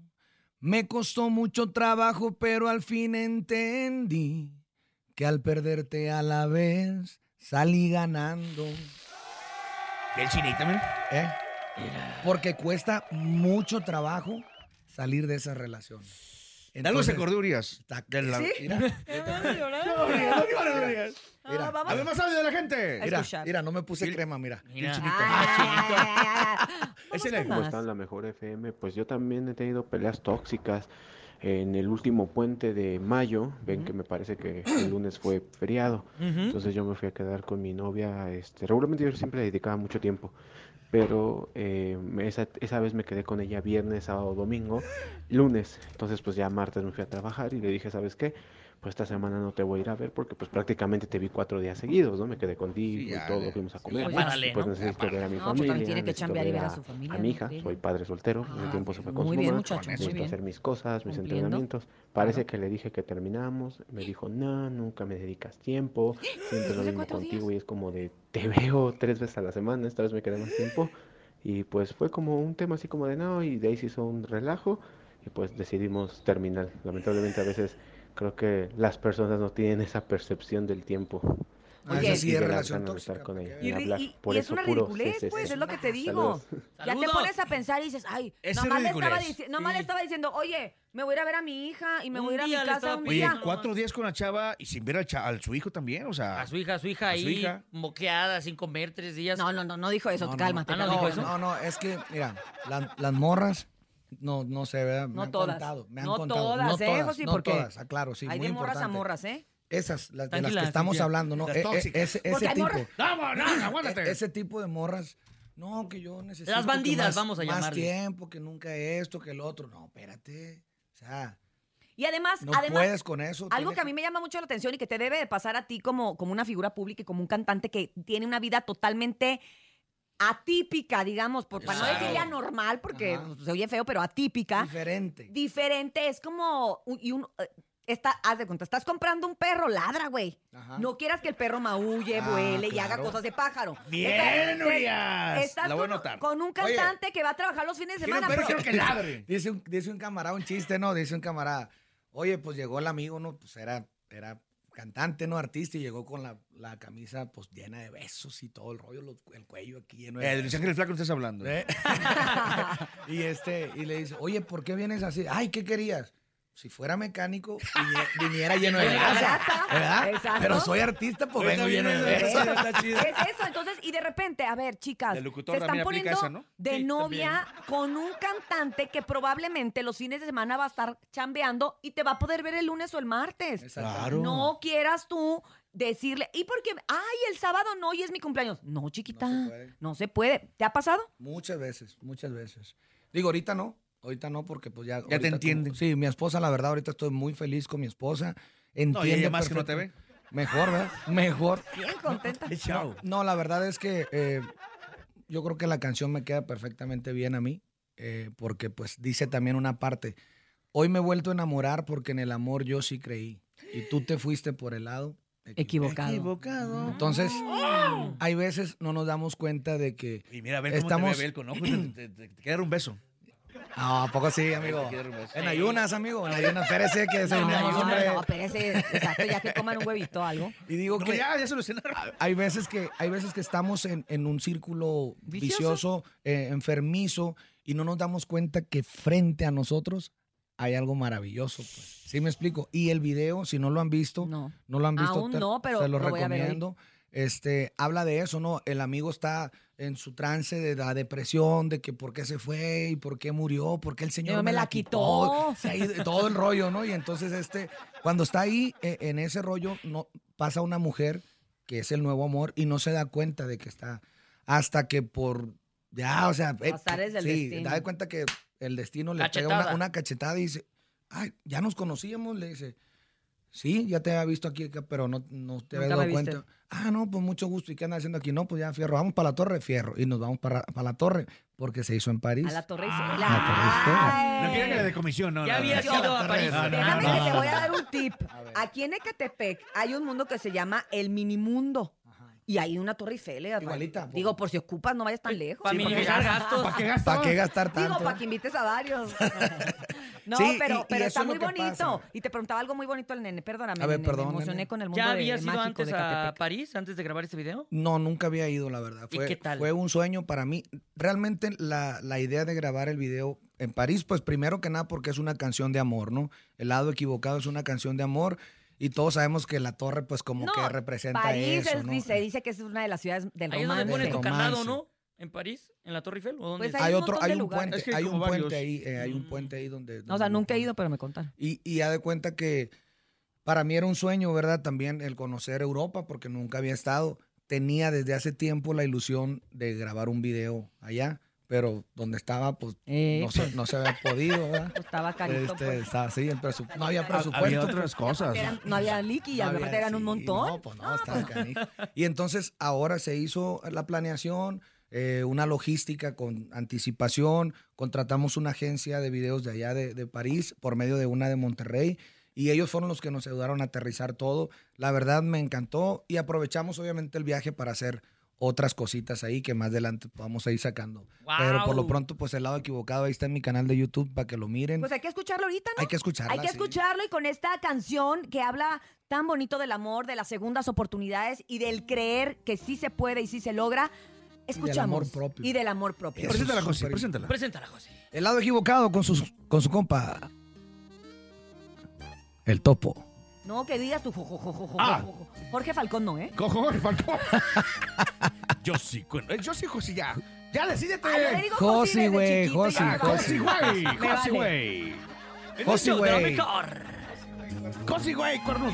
Speaker 21: Me costó mucho trabajo, pero al fin entendí que al perderte a la vez salí ganando.
Speaker 9: ¿Del cine también?
Speaker 21: ¿eh? Porque cuesta mucho trabajo salir de esa relación.
Speaker 9: De Algo se
Speaker 21: Entonces-
Speaker 9: acordó Urias. De la-
Speaker 21: ¿Sí?
Speaker 9: Mira.
Speaker 21: No, Urias, no llores, Urias. Mira,
Speaker 9: Ah, vamos.
Speaker 21: a ver, más audio de la gente.
Speaker 9: A
Speaker 21: Mira,
Speaker 9: escuchar.
Speaker 21: mira, no me puse crema, mira.
Speaker 9: Mira.
Speaker 22: ¿Cómo están la mejor FM? Pues yo también he tenido peleas tóxicas en el último puente de mayo. Ven que me parece que el lunes fue feriado. Entonces yo me fui a quedar con mi novia. Este, regularmente yo siempre le dedicaba mucho tiempo. Pero eh, me- esa, esa vez me quedé con ella viernes, sábado, domingo, lunes. Entonces pues ya martes me fui a trabajar y le dije, ¿sabes qué? Pues esta semana no te voy a ir a ver porque pues prácticamente te vi cuatro días seguidos, ¿no? Me quedé contigo y todo, fuimos a comer.
Speaker 5: Oye, párale,
Speaker 22: pues
Speaker 5: ¿no?
Speaker 22: necesito ver a mi
Speaker 5: No, pues, también
Speaker 22: familia,
Speaker 5: tiene que
Speaker 22: necesito
Speaker 5: chambear y ver a
Speaker 22: ver
Speaker 5: su familia,
Speaker 22: a
Speaker 5: ¿no?
Speaker 22: mi hija,
Speaker 5: Sí.
Speaker 22: soy padre soltero, en ese tiempo se fue con
Speaker 5: muy
Speaker 22: su
Speaker 5: bien,
Speaker 22: mamá,
Speaker 5: muchacho, muy
Speaker 22: necesito
Speaker 5: bien.
Speaker 22: hacer mis cosas, mis
Speaker 5: Cumpliendo.
Speaker 22: entrenamientos. Parece que le dije que terminamos, me dijo, no, nunca me dedicas tiempo, siempre lo
Speaker 5: Después de
Speaker 22: mismo
Speaker 5: cuatro
Speaker 22: contigo y es como de, te [laughs] veo tres veces a la semana, esta vez me quedé más tiempo. Y pues fue como un tema así como de no, y de ahí se hizo un relajo y pues decidimos terminar. Lamentablemente a veces creo que las personas no tienen esa percepción del tiempo.
Speaker 5: Ah, Oye, eso
Speaker 22: Y
Speaker 5: sí es
Speaker 22: de las
Speaker 5: relación
Speaker 22: ganas de estar con ella,
Speaker 5: Y,
Speaker 22: de
Speaker 5: ri-
Speaker 22: hablar.
Speaker 5: y-
Speaker 22: Por
Speaker 5: y es
Speaker 22: eso,
Speaker 5: una
Speaker 22: puro
Speaker 5: ridiculez,
Speaker 22: sí, sí,
Speaker 5: pues,
Speaker 22: sí.
Speaker 5: es lo que te digo.
Speaker 22: Saludos.
Speaker 5: Ya te
Speaker 22: Saludos.
Speaker 5: pones a pensar y dices, ay,
Speaker 22: Ese
Speaker 5: nomás le, estaba
Speaker 9: ridiculez.
Speaker 5: dici- nomás le estaba diciendo, oye, me voy a ir a ver a mi hija y me voy a ir a mi casa un
Speaker 9: Oye,
Speaker 5: día.
Speaker 9: cuatro días con la chava y sin ver al cha- al su hijo también, o sea.
Speaker 7: A su hija, a su hija
Speaker 9: A su
Speaker 7: ahí,
Speaker 9: hija.
Speaker 7: moqueada, sin comer tres días. No,
Speaker 5: no, no, no dijo eso,
Speaker 7: No, no,
Speaker 5: cálmate.
Speaker 7: no. Ah, no dijo eso.
Speaker 21: No, no, es que, mira, la- las morras, no, no sé, ¿verdad? Me
Speaker 5: No
Speaker 21: han
Speaker 5: todas.
Speaker 21: contado, me han
Speaker 5: no
Speaker 21: contado.
Speaker 5: todas,
Speaker 21: no
Speaker 5: ¿eh,
Speaker 21: todas,
Speaker 5: José?
Speaker 21: no
Speaker 5: Porque
Speaker 21: todas, aclaro, sí,
Speaker 5: Hay
Speaker 21: muy
Speaker 5: de morras
Speaker 21: importante.
Speaker 5: a morras, ¿eh?
Speaker 21: Esas, las de las Tranquila, que estamos Cintia. hablando, ¿no?
Speaker 9: Las
Speaker 21: E- e-
Speaker 9: tóxicas.
Speaker 21: ese
Speaker 9: Porque
Speaker 21: ese
Speaker 9: hay
Speaker 21: tipo.
Speaker 9: morras- ¡Vamos, no, aguántate!
Speaker 21: E- Ese tipo de morras. No, que yo necesito.
Speaker 7: Las
Speaker 21: que
Speaker 7: bandidas,
Speaker 21: más-
Speaker 7: vamos a
Speaker 21: Más
Speaker 7: llamarles.
Speaker 21: tiempo, que nunca esto, que el otro. No, espérate. O sea,
Speaker 5: Y además,
Speaker 21: No
Speaker 5: además
Speaker 21: puedes con eso,
Speaker 5: Algo
Speaker 21: tienes
Speaker 5: que a mí me llama mucho la atención y que te debe de pasar a ti como, como una figura pública y como un cantante que tiene una vida totalmente atípica, digamos, por, para no
Speaker 21: Claro.
Speaker 5: decirle anormal, porque
Speaker 21: Ajá.
Speaker 5: pues, se oye feo, pero atípica.
Speaker 21: diferente.
Speaker 5: Diferente, es como, un- y un, eh, está, haz de cuenta, estás comprando un perro, ladra, güey. No quieras que el perro maulle,
Speaker 9: Ah,
Speaker 5: vuele y haga
Speaker 9: claro.
Speaker 5: cosas de pájaro.
Speaker 9: Bien,
Speaker 5: Entonces,
Speaker 9: Urias.
Speaker 5: Estás
Speaker 9: La voy a
Speaker 5: con,
Speaker 9: notar.
Speaker 5: con un cantante que va a trabajar los fines de semana. pues, pero-
Speaker 21: [laughs] Dice un, dice un camarada, un chiste, ¿no? Dice un camarada, oye, pues llegó el amigo, ¿no? Pues era, era cantante, ¿no? Artista, y llegó con la, la camisa pues llena de besos y todo el rollo, los- el cuello aquí lleno de
Speaker 9: Eh, de
Speaker 21: besos.
Speaker 9: Luis Ángel Flaco no estás hablando.
Speaker 21: ¿Eh? [laughs] y este, y le dice, oye, ¿por qué vienes así? Ay, ¿qué querías? Si fuera mecánico, vinie- viniera lleno de grasa. ¿Verdad?
Speaker 5: Exacto.
Speaker 21: Pero soy artista, pues
Speaker 9: Ahorita
Speaker 21: vengo lleno de
Speaker 9: viene
Speaker 21: grasa.
Speaker 9: eso,
Speaker 21: [laughs]
Speaker 9: está chido.
Speaker 5: Es eso, entonces, y de repente, a ver, chicas,
Speaker 9: La
Speaker 5: se
Speaker 9: locutora
Speaker 5: están
Speaker 9: también
Speaker 5: poniendo
Speaker 9: aplica esa, ¿no?
Speaker 5: de
Speaker 9: Sí,
Speaker 5: novia con un cantante que probablemente los fines de semana va a estar chambeando y te va a poder ver el lunes o el martes.
Speaker 9: Claro.
Speaker 5: No quieras tú decirle, y porque, ay, el sábado no, y es mi cumpleaños. No, chiquita, no se puede. ¿Te ha pasado?
Speaker 21: Muchas veces, muchas veces. Digo, ahorita no, ahorita no, porque pues ya. ahorita
Speaker 9: te
Speaker 21: como-
Speaker 9: entienden.
Speaker 21: sí, mi esposa, la verdad, ahorita estoy muy feliz con mi esposa. Entiende
Speaker 9: ella más que no te
Speaker 21: perfecto. Mejor, ¿verdad? Mejor.
Speaker 5: Bien
Speaker 9: [laughs]
Speaker 5: contenta.
Speaker 21: No, no, la verdad es que eh, yo creo que la canción me queda perfectamente bien a mí, eh, porque pues dice también una parte, hoy me he vuelto a enamorar porque en el amor yo sí creí y tú te fuiste por el lado
Speaker 5: equivocado. ¡Oh!
Speaker 21: Entonces, hay veces no nos damos cuenta de que
Speaker 9: Y mira, a ver cómo te ve Abel con ojos. Te, te- te- te quiere dar un beso.
Speaker 21: Ah, ¿a poco sí, amigo?
Speaker 9: Te quiere dar un beso.
Speaker 21: En ayunas, amigo, en ayunas. Espérese que se
Speaker 5: No,
Speaker 21: me
Speaker 5: no,
Speaker 21: hombre.
Speaker 5: no, espérese, exacto, ya que coman un huevito o algo.
Speaker 21: Y digo
Speaker 9: No,
Speaker 21: que
Speaker 9: ya,
Speaker 21: hay veces que hay veces que estamos en, en un círculo vicioso, eh, enfermizo y no nos damos cuenta que frente a nosotros hay algo maravilloso, pues. ¿Sí me explico? Y el video, si no lo han visto,
Speaker 5: no,
Speaker 21: lo han visto,
Speaker 5: Aún no, pero
Speaker 21: se lo
Speaker 5: lo voy a ver hoy.
Speaker 21: recomiendo. Este, habla de eso, ¿no? El amigo está en su trance de la depresión, de que por qué se fue y por qué murió, por qué el Señor
Speaker 5: Yo me la quitó.
Speaker 21: se ha ido- todo el rollo, ¿no? Y entonces este, cuando está ahí eh, en ese rollo, no pasa una mujer que es el nuevo amor y no se da cuenta de que está hasta que por ya, o sea, eh,
Speaker 5: Azares del
Speaker 21: sí,
Speaker 5: destino.
Speaker 21: da de cuenta que el destino le pega una,
Speaker 5: Cachetada.
Speaker 21: una cachetada y dice, ay, ya nos conocíamos, le dice, sí, ya te había visto aquí, acá, pero no, no te había
Speaker 5: Nunca
Speaker 21: dado
Speaker 5: me viste.
Speaker 21: cuenta. Ah, no, pues mucho gusto. ¿Y qué andas haciendo aquí? No, pues ya, fierro, vamos para la torre, fierro. Y nos vamos para, para la torre, porque se hizo en París.
Speaker 5: A la Torre Eiffel.
Speaker 21: La Torre Eiffel.
Speaker 9: No quieren que le decomisión, no.
Speaker 5: Ya
Speaker 9: no,
Speaker 5: había
Speaker 9: no.
Speaker 5: sido a
Speaker 9: La torre
Speaker 5: París.
Speaker 9: Eiffel.
Speaker 5: Déjame que te voy a dar un tip. Aquí en Ecatepec hay un mundo que se llama el minimundo. Y hay una torre Eiffel. ¿eh?
Speaker 21: Igualita, po.
Speaker 5: Digo, por si ocupas, no vayas tan lejos.
Speaker 21: para minimizar gastos.
Speaker 5: [laughs]
Speaker 21: ¿Para qué gastar? ¿Para qué gastar
Speaker 5: Digo,
Speaker 21: tanto?
Speaker 5: para que invites a varios. No,
Speaker 21: Sí,
Speaker 5: pero,
Speaker 21: y- y
Speaker 5: pero
Speaker 21: eso
Speaker 5: está
Speaker 21: es lo
Speaker 5: muy
Speaker 21: que
Speaker 5: bonito.
Speaker 21: pasa.
Speaker 5: Y te preguntaba algo muy bonito el nene. Perdóname,
Speaker 21: A ver,
Speaker 5: nene,
Speaker 21: perdón,
Speaker 5: me emocioné
Speaker 21: nene.
Speaker 5: con el mundo
Speaker 7: ¿Ya
Speaker 5: de-
Speaker 7: habías ido
Speaker 5: mágico
Speaker 7: antes
Speaker 5: de
Speaker 7: a
Speaker 5: Catepec.
Speaker 7: París antes de grabar este video?
Speaker 21: No, nunca había ido, la verdad.
Speaker 7: ¿Y
Speaker 21: Fue,
Speaker 7: qué tal?
Speaker 21: fue un sueño para mí. Realmente la, la idea de grabar el video en París, pues primero que nada porque es una canción de amor, ¿no? El lado equivocado es una canción de amor y todos sabemos que la torre pues como
Speaker 5: No,
Speaker 21: que representa
Speaker 5: París
Speaker 21: eso,
Speaker 5: es-
Speaker 21: ¿no?
Speaker 5: dice, dice que es una de las ciudades del
Speaker 7: Ahí es donde
Speaker 5: romance.
Speaker 7: pones tu
Speaker 21: Romance.
Speaker 7: candado, ¿no? ¿En París? ¿En la Torre Eiffel? ¿O dónde
Speaker 5: Pues
Speaker 7: es?
Speaker 5: hay
Speaker 21: Hay
Speaker 5: un
Speaker 21: otro,
Speaker 5: montón
Speaker 21: hay
Speaker 5: de
Speaker 21: un
Speaker 5: lugares.
Speaker 21: puente,
Speaker 5: Es que hay
Speaker 21: hay un
Speaker 5: como
Speaker 21: puente
Speaker 5: varios. Mm.
Speaker 21: ahí, eh, hay un puente ahí donde...
Speaker 5: O sea, nunca he ido, pero me contaron.
Speaker 21: Y, y haz de cuenta que para mí era un sueño, ¿verdad? También el conocer Europa, porque nunca había estado. Tenía desde hace tiempo la ilusión de grabar un video allá, pero donde estaba, pues no, se, no se había podido, ¿verdad?
Speaker 5: Estaba Eh. [laughs] carito,
Speaker 21: Este,
Speaker 5: pues.
Speaker 21: estaba así, el presu- no había
Speaker 5: Había
Speaker 21: presupuesto.
Speaker 9: otras cosas.
Speaker 5: Eran- no había liqui, y
Speaker 21: No
Speaker 5: aparte
Speaker 21: había,
Speaker 5: eran un
Speaker 21: sí,
Speaker 5: montón. Ah,
Speaker 21: no, pues no, estaba canijo. Y entonces ahora se hizo la planeación, eh, una logística con anticipación, contratamos una agencia de videos de allá de, de París por medio de una de Monterrey y ellos fueron los que nos ayudaron a aterrizar todo. La verdad me encantó y aprovechamos obviamente el viaje para hacer otras cositas ahí que más adelante vamos a ir sacando. Pero por lo
Speaker 5: ¡Guau!
Speaker 21: pronto, pues el lado equivocado ahí está en mi canal de YouTube para que lo miren.
Speaker 5: Pues hay que escucharlo ahorita, ¿no?
Speaker 21: Hay que escucharla,
Speaker 5: Hay que
Speaker 21: sí.
Speaker 5: escucharlo y con esta canción que habla tan bonito del amor, de las segundas oportunidades y del creer que sí se puede y sí se logra. Escuchamos.
Speaker 21: amor propio.
Speaker 5: Y del amor propio.
Speaker 21: Eso es Preséntala, José, súper preséntala.
Speaker 7: Preséntala, José.
Speaker 21: El lado equivocado con, sus, con su compa. El topo.
Speaker 5: No, que digas tu jojojojojo.
Speaker 9: Ah.
Speaker 5: Jorge Falcón no, ¿eh?
Speaker 9: Cojo,
Speaker 21: [laughs]
Speaker 9: Falcón. Yo sí, cu- eh, yo sí, José, ya. Ya decídete.
Speaker 5: Ah, yo le digo
Speaker 21: Josi,
Speaker 5: Josi, desde
Speaker 21: güey,
Speaker 5: chiquito
Speaker 21: Josi,
Speaker 5: ya.
Speaker 9: Josi, güey.
Speaker 5: Me
Speaker 9: Josi,
Speaker 5: vale.
Speaker 9: güey.
Speaker 21: Josi,
Speaker 9: Eso,
Speaker 21: güey.
Speaker 9: lo mejor. Josi, güey, cornudo.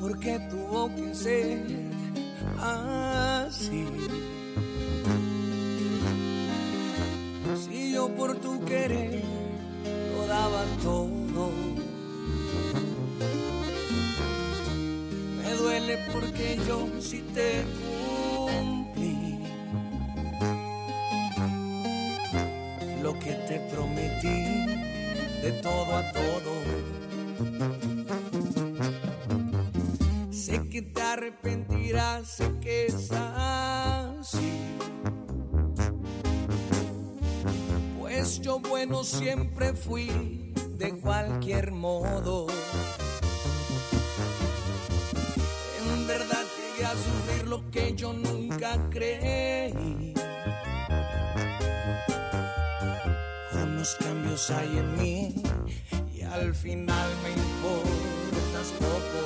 Speaker 4: porque tuvo que ser así. Si yo por tu querer lo daba todo, me duele porque yo sí te cumplí lo que te prometí de todo a todo. que te arrepentirás, sé que es así. Pues yo bueno siempre fui, de cualquier modo. En verdad llegué a sufrir lo que yo nunca creí. Unos cambios hay en mí y al final me importas poco.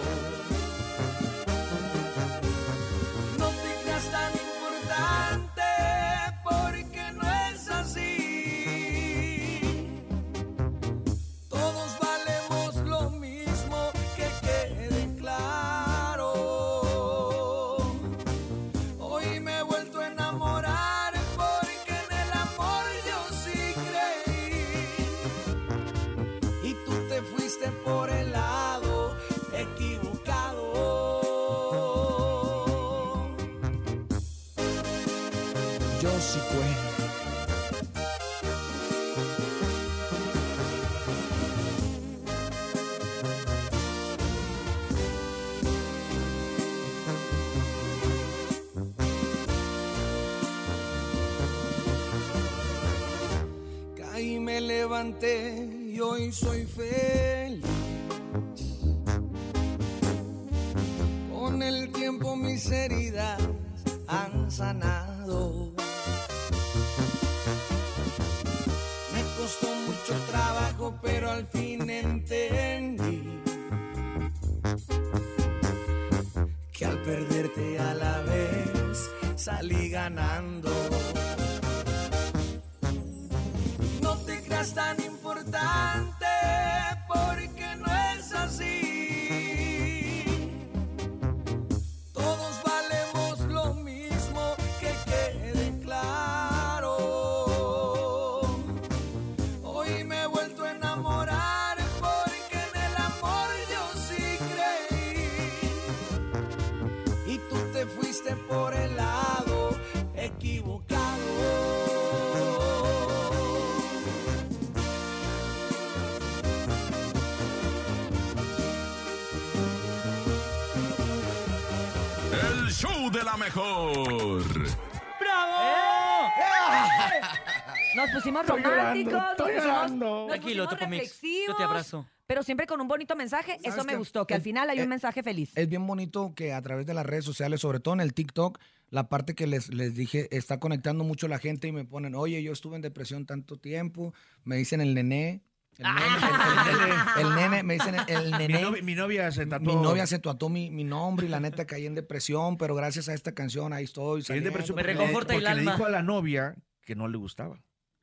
Speaker 4: No te creas tan importante porque no es así. Todos valemos lo mismo, que quede claro. Hoy me he vuelto a enamorar porque en el amor yo sí creí. Y tú te fuiste por el lado equivocado. Yo sí cuento. Caí, me levanté y hoy soy feliz. Con el tiempo mis heridas han sanado. Me costó mucho trabajo, pero al fin entendí que al perderte a la vez salí ganando. No te creas tan importante porque no es así. Todos valemos lo mismo, que quede claro. Hoy me he vuelto a enamorar porque en el amor yo sí creí. Y tú te fuiste por el lado equivocado.
Speaker 2: El show de la mejor.
Speaker 5: ¡Bravo! ¡Eh! Nos pusimos
Speaker 7: Estoy llorando, estoy
Speaker 5: románticos, nos pusimos,
Speaker 7: llorando.
Speaker 5: nos
Speaker 7: Tranquilo,
Speaker 5: pusimos
Speaker 7: Topomix,
Speaker 5: reflexivos,
Speaker 7: yo te abrazo.
Speaker 5: Pero siempre con un bonito mensaje, eso
Speaker 21: ¿Sabes
Speaker 5: me
Speaker 21: qué?
Speaker 5: gustó, que al
Speaker 21: Es-
Speaker 5: final hay un
Speaker 21: eh,
Speaker 5: mensaje feliz.
Speaker 21: Es bien bonito que a través de las redes sociales, sobre todo en el TikTok, la parte que les, les dije está conectando mucho la gente y me ponen, oye, yo estuve en depresión tanto tiempo, me dicen el nené. El nene, el- el- el nene, me dicen el
Speaker 9: Mi,
Speaker 21: nené.
Speaker 9: novi- mi novia se tatuó.
Speaker 21: Mi novia se tatuó mi, mi nombre y la neta caí en depresión, pero gracias a esta canción ahí estoy.
Speaker 9: Caí en
Speaker 21: saliendo.
Speaker 9: depresión porque le- porque le dijo a la novia que no le gustaba.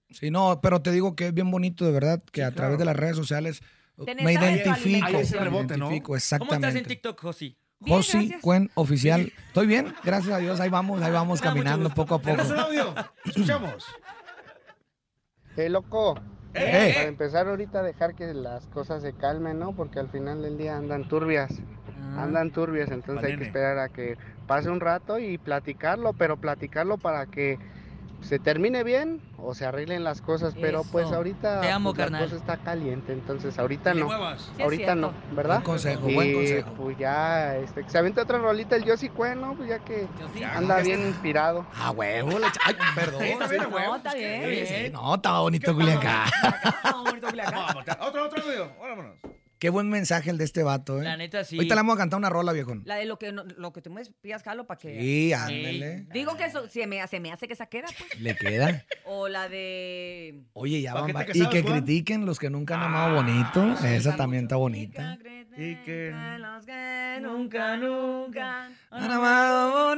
Speaker 21: Sí, no, pero te digo que es bien bonito, de verdad, que a
Speaker 9: claro.
Speaker 21: través de las redes sociales uh,
Speaker 5: Te
Speaker 21: me
Speaker 5: necesitas de tu
Speaker 21: identifico.
Speaker 5: alimentación. Ahí es el
Speaker 21: me
Speaker 9: rebote, ¿no?
Speaker 21: identifico,
Speaker 9: ¿Cómo estás
Speaker 7: ¿Cómo estás en
Speaker 21: exactamente.
Speaker 7: TikTok, Josi?
Speaker 21: Josi Cuen Oficial. ¿Estoy bien? Gracias a Dios, ahí vamos, ahí vamos caminando poco a poco.
Speaker 9: Escuchamos.
Speaker 23: ¡Eh, loco!
Speaker 21: ¡Eh!
Speaker 23: Para empezar ahorita dejar que las cosas se calmen, ¿no? Porque al final del día andan turbias.
Speaker 10: Ah.
Speaker 23: Andan turbias, entonces hay que
Speaker 10: Valene.
Speaker 23: esperar a que pase un rato y platicarlo, pero platicarlo para que se termine bien o se arreglen las cosas, pero pues
Speaker 10: Eso.
Speaker 23: ahorita
Speaker 10: Te amo,
Speaker 23: pues, la
Speaker 10: carnal.
Speaker 23: cosa está caliente, entonces ahorita
Speaker 10: Te le
Speaker 23: no.
Speaker 10: muevas. Sí, es
Speaker 23: ahorita no,
Speaker 10: cierto.
Speaker 23: ¿verdad?
Speaker 21: Buen consejo,
Speaker 23: Y,
Speaker 21: buen consejo.
Speaker 23: Pues ya, este, que se aviente otra rolita el Yossi Cuen, ¿no? Pues ya que anda
Speaker 21: Ya,
Speaker 23: bien
Speaker 21: ya
Speaker 23: inspirado.
Speaker 21: Ah, huevo, le echa- Ay, perdón.
Speaker 23: Sí, está bien, a
Speaker 21: Sí,
Speaker 23: huevo.
Speaker 21: no,
Speaker 23: está bien.
Speaker 21: sí, sí, no, estaba bonito, Culiacán.
Speaker 9: Vamos, ta- otro, otro video. Vámonos.
Speaker 21: [laughs] Qué buen mensaje el de este vato, ¿eh?
Speaker 5: La neta, sí.
Speaker 21: Ahorita le vamos a cantar una rola, viejón.
Speaker 5: La de lo que, no- lo que tú me pidas, Carlos, para que...
Speaker 21: Sí, ándale.
Speaker 5: Digo que eso, se, me, se me hace que esa queda, pues.
Speaker 21: Le queda.
Speaker 5: O la de...
Speaker 21: Oye, ya
Speaker 5: Pa'
Speaker 21: van.
Speaker 5: que te
Speaker 21: va- Y
Speaker 5: casabas,
Speaker 21: que
Speaker 5: Juan.
Speaker 21: critiquen los que nunca han amado bonito. Esa también está bonita.
Speaker 9: Y que.
Speaker 5: Nunca, nunca.
Speaker 21: Han amado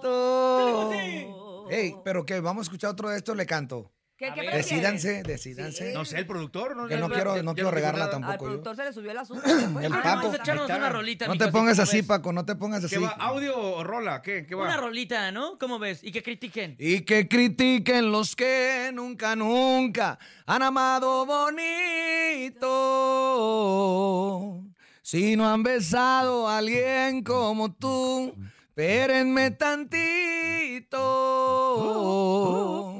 Speaker 21: bonito. Ey, pero que vamos a escuchar otro de estos, le canto.
Speaker 5: ¿Qué- qué prefieres?
Speaker 21: Decídanse, decídanse.
Speaker 9: No sé, el productor. No,
Speaker 21: Que no quiero, no quiero regarla tampoco
Speaker 5: Al
Speaker 21: yo.
Speaker 5: productor se le subió el azúcar. se fue.
Speaker 21: El
Speaker 5: Ah,
Speaker 21: Paco.
Speaker 5: vamos a echarnos una rola.
Speaker 7: rolita,
Speaker 21: No
Speaker 7: mijo,
Speaker 21: te
Speaker 7: así
Speaker 21: pongas
Speaker 7: como
Speaker 21: así,
Speaker 7: ves.
Speaker 21: Paco, no te pongas así.
Speaker 9: ¿Qué va? ¿Audio o rola? ¿Qué, qué va?
Speaker 7: Una rolita, ¿no? ¿Cómo ves? Y que critiquen.
Speaker 21: [laughs] Y que critiquen los que nunca, nunca han amado bonito. Si no han besado a alguien como tú, espérenme tantito.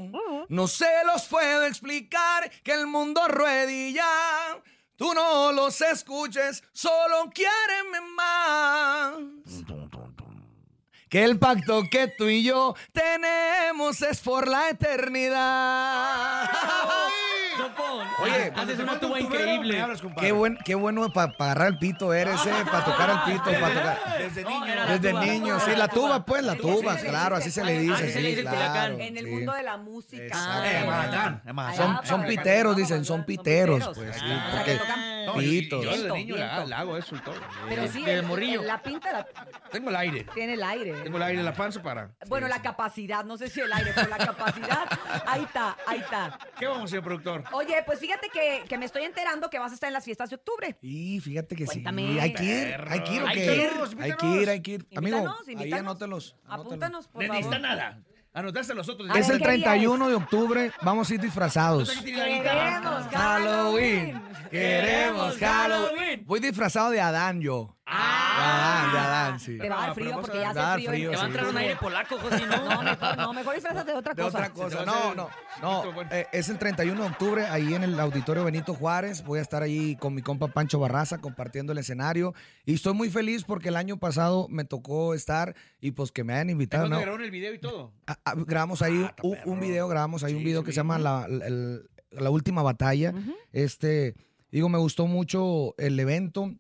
Speaker 21: No se los puedo explicar que el mundo ruede y ya Tú no los escuches, solo quiéreme más. Que el pacto que tú y yo tenemos es por la eternidad. Oye,
Speaker 7: ah, haces una tuba increíble.
Speaker 21: Qué, buen, qué bueno para agarrar el pito eres, eh, para tocar el pito, para tocar.
Speaker 7: Desde niño.
Speaker 21: Desde niño, sí, la tuba, pues, la tuba, claro, así se le
Speaker 7: Ah,
Speaker 21: dice, sí, claro.
Speaker 5: En el mundo de la música.
Speaker 21: Ah,
Speaker 9: Eh,
Speaker 5: Ah,
Speaker 21: Mazatlán, Son, son piteros, dicen, son piteros, pues, sí, porque pitos.
Speaker 9: Yo de niño la, la hago eso y todo.
Speaker 5: Pero Pues sí,
Speaker 9: de
Speaker 5: el-
Speaker 9: morrillo.
Speaker 5: el- la pinta la-
Speaker 9: Tengo el aire.
Speaker 5: tiene el aire. ¿eh?
Speaker 9: Tengo el aire en la panza para.
Speaker 5: Bueno, la capacidad, no sé si el aire, pero la capacidad. Ahí está, ahí está.
Speaker 9: ¿Qué vamos, señor productor?
Speaker 5: Oye, pues fíjate que, que me estoy enterando que vas a estar en las fiestas de octubre.
Speaker 21: Y fíjate que sí.
Speaker 5: Cuéntame.
Speaker 21: Hay que ir, hay que ir, ¿o
Speaker 5: Hay
Speaker 21: qué?
Speaker 5: que ir,
Speaker 21: Hay
Speaker 5: invítanos.
Speaker 21: que ir, hay que ir. Amigo,
Speaker 5: Invítanos,
Speaker 21: ahí
Speaker 5: invítanos.
Speaker 21: anótalos.
Speaker 5: Apúntanos, por
Speaker 9: Ni
Speaker 5: favor.
Speaker 9: necesita nada. Anotaste los otros.
Speaker 21: Es el 31 de octubre, vamos a ir disfrazados.
Speaker 5: Queremos
Speaker 21: Halloween. Queremos Halloween. Voy disfrazado de Adán yo. Ah, de Adán, de Adán, sí.
Speaker 5: Te va a dar frío porque
Speaker 21: Te va
Speaker 5: ya
Speaker 21: a
Speaker 5: hace
Speaker 21: dar
Speaker 5: frío.
Speaker 21: frío,
Speaker 5: en-
Speaker 21: Te va a entrar un aire
Speaker 7: polaco, José,
Speaker 5: ¿no? No, mejor, no, mejor disfrázate de otra
Speaker 21: De
Speaker 5: cosa.
Speaker 21: otra cosa. No, no, no. eh, es el 31 de octubre, ahí en el Auditorio Benito Juárez. Voy a estar ahí con mi compa Pancho Barraza compartiendo el escenario. Y estoy muy feliz porque el año pasado me tocó estar y pues que me hayan invitado.
Speaker 9: Cuando
Speaker 21: ¿no?
Speaker 9: grabaron el video y todo.
Speaker 21: Ah, ah, grabamos ahí un, un video, grabamos ahí un video que se llama La, la- el- La última batalla. Este, digo, me gustó mucho el evento.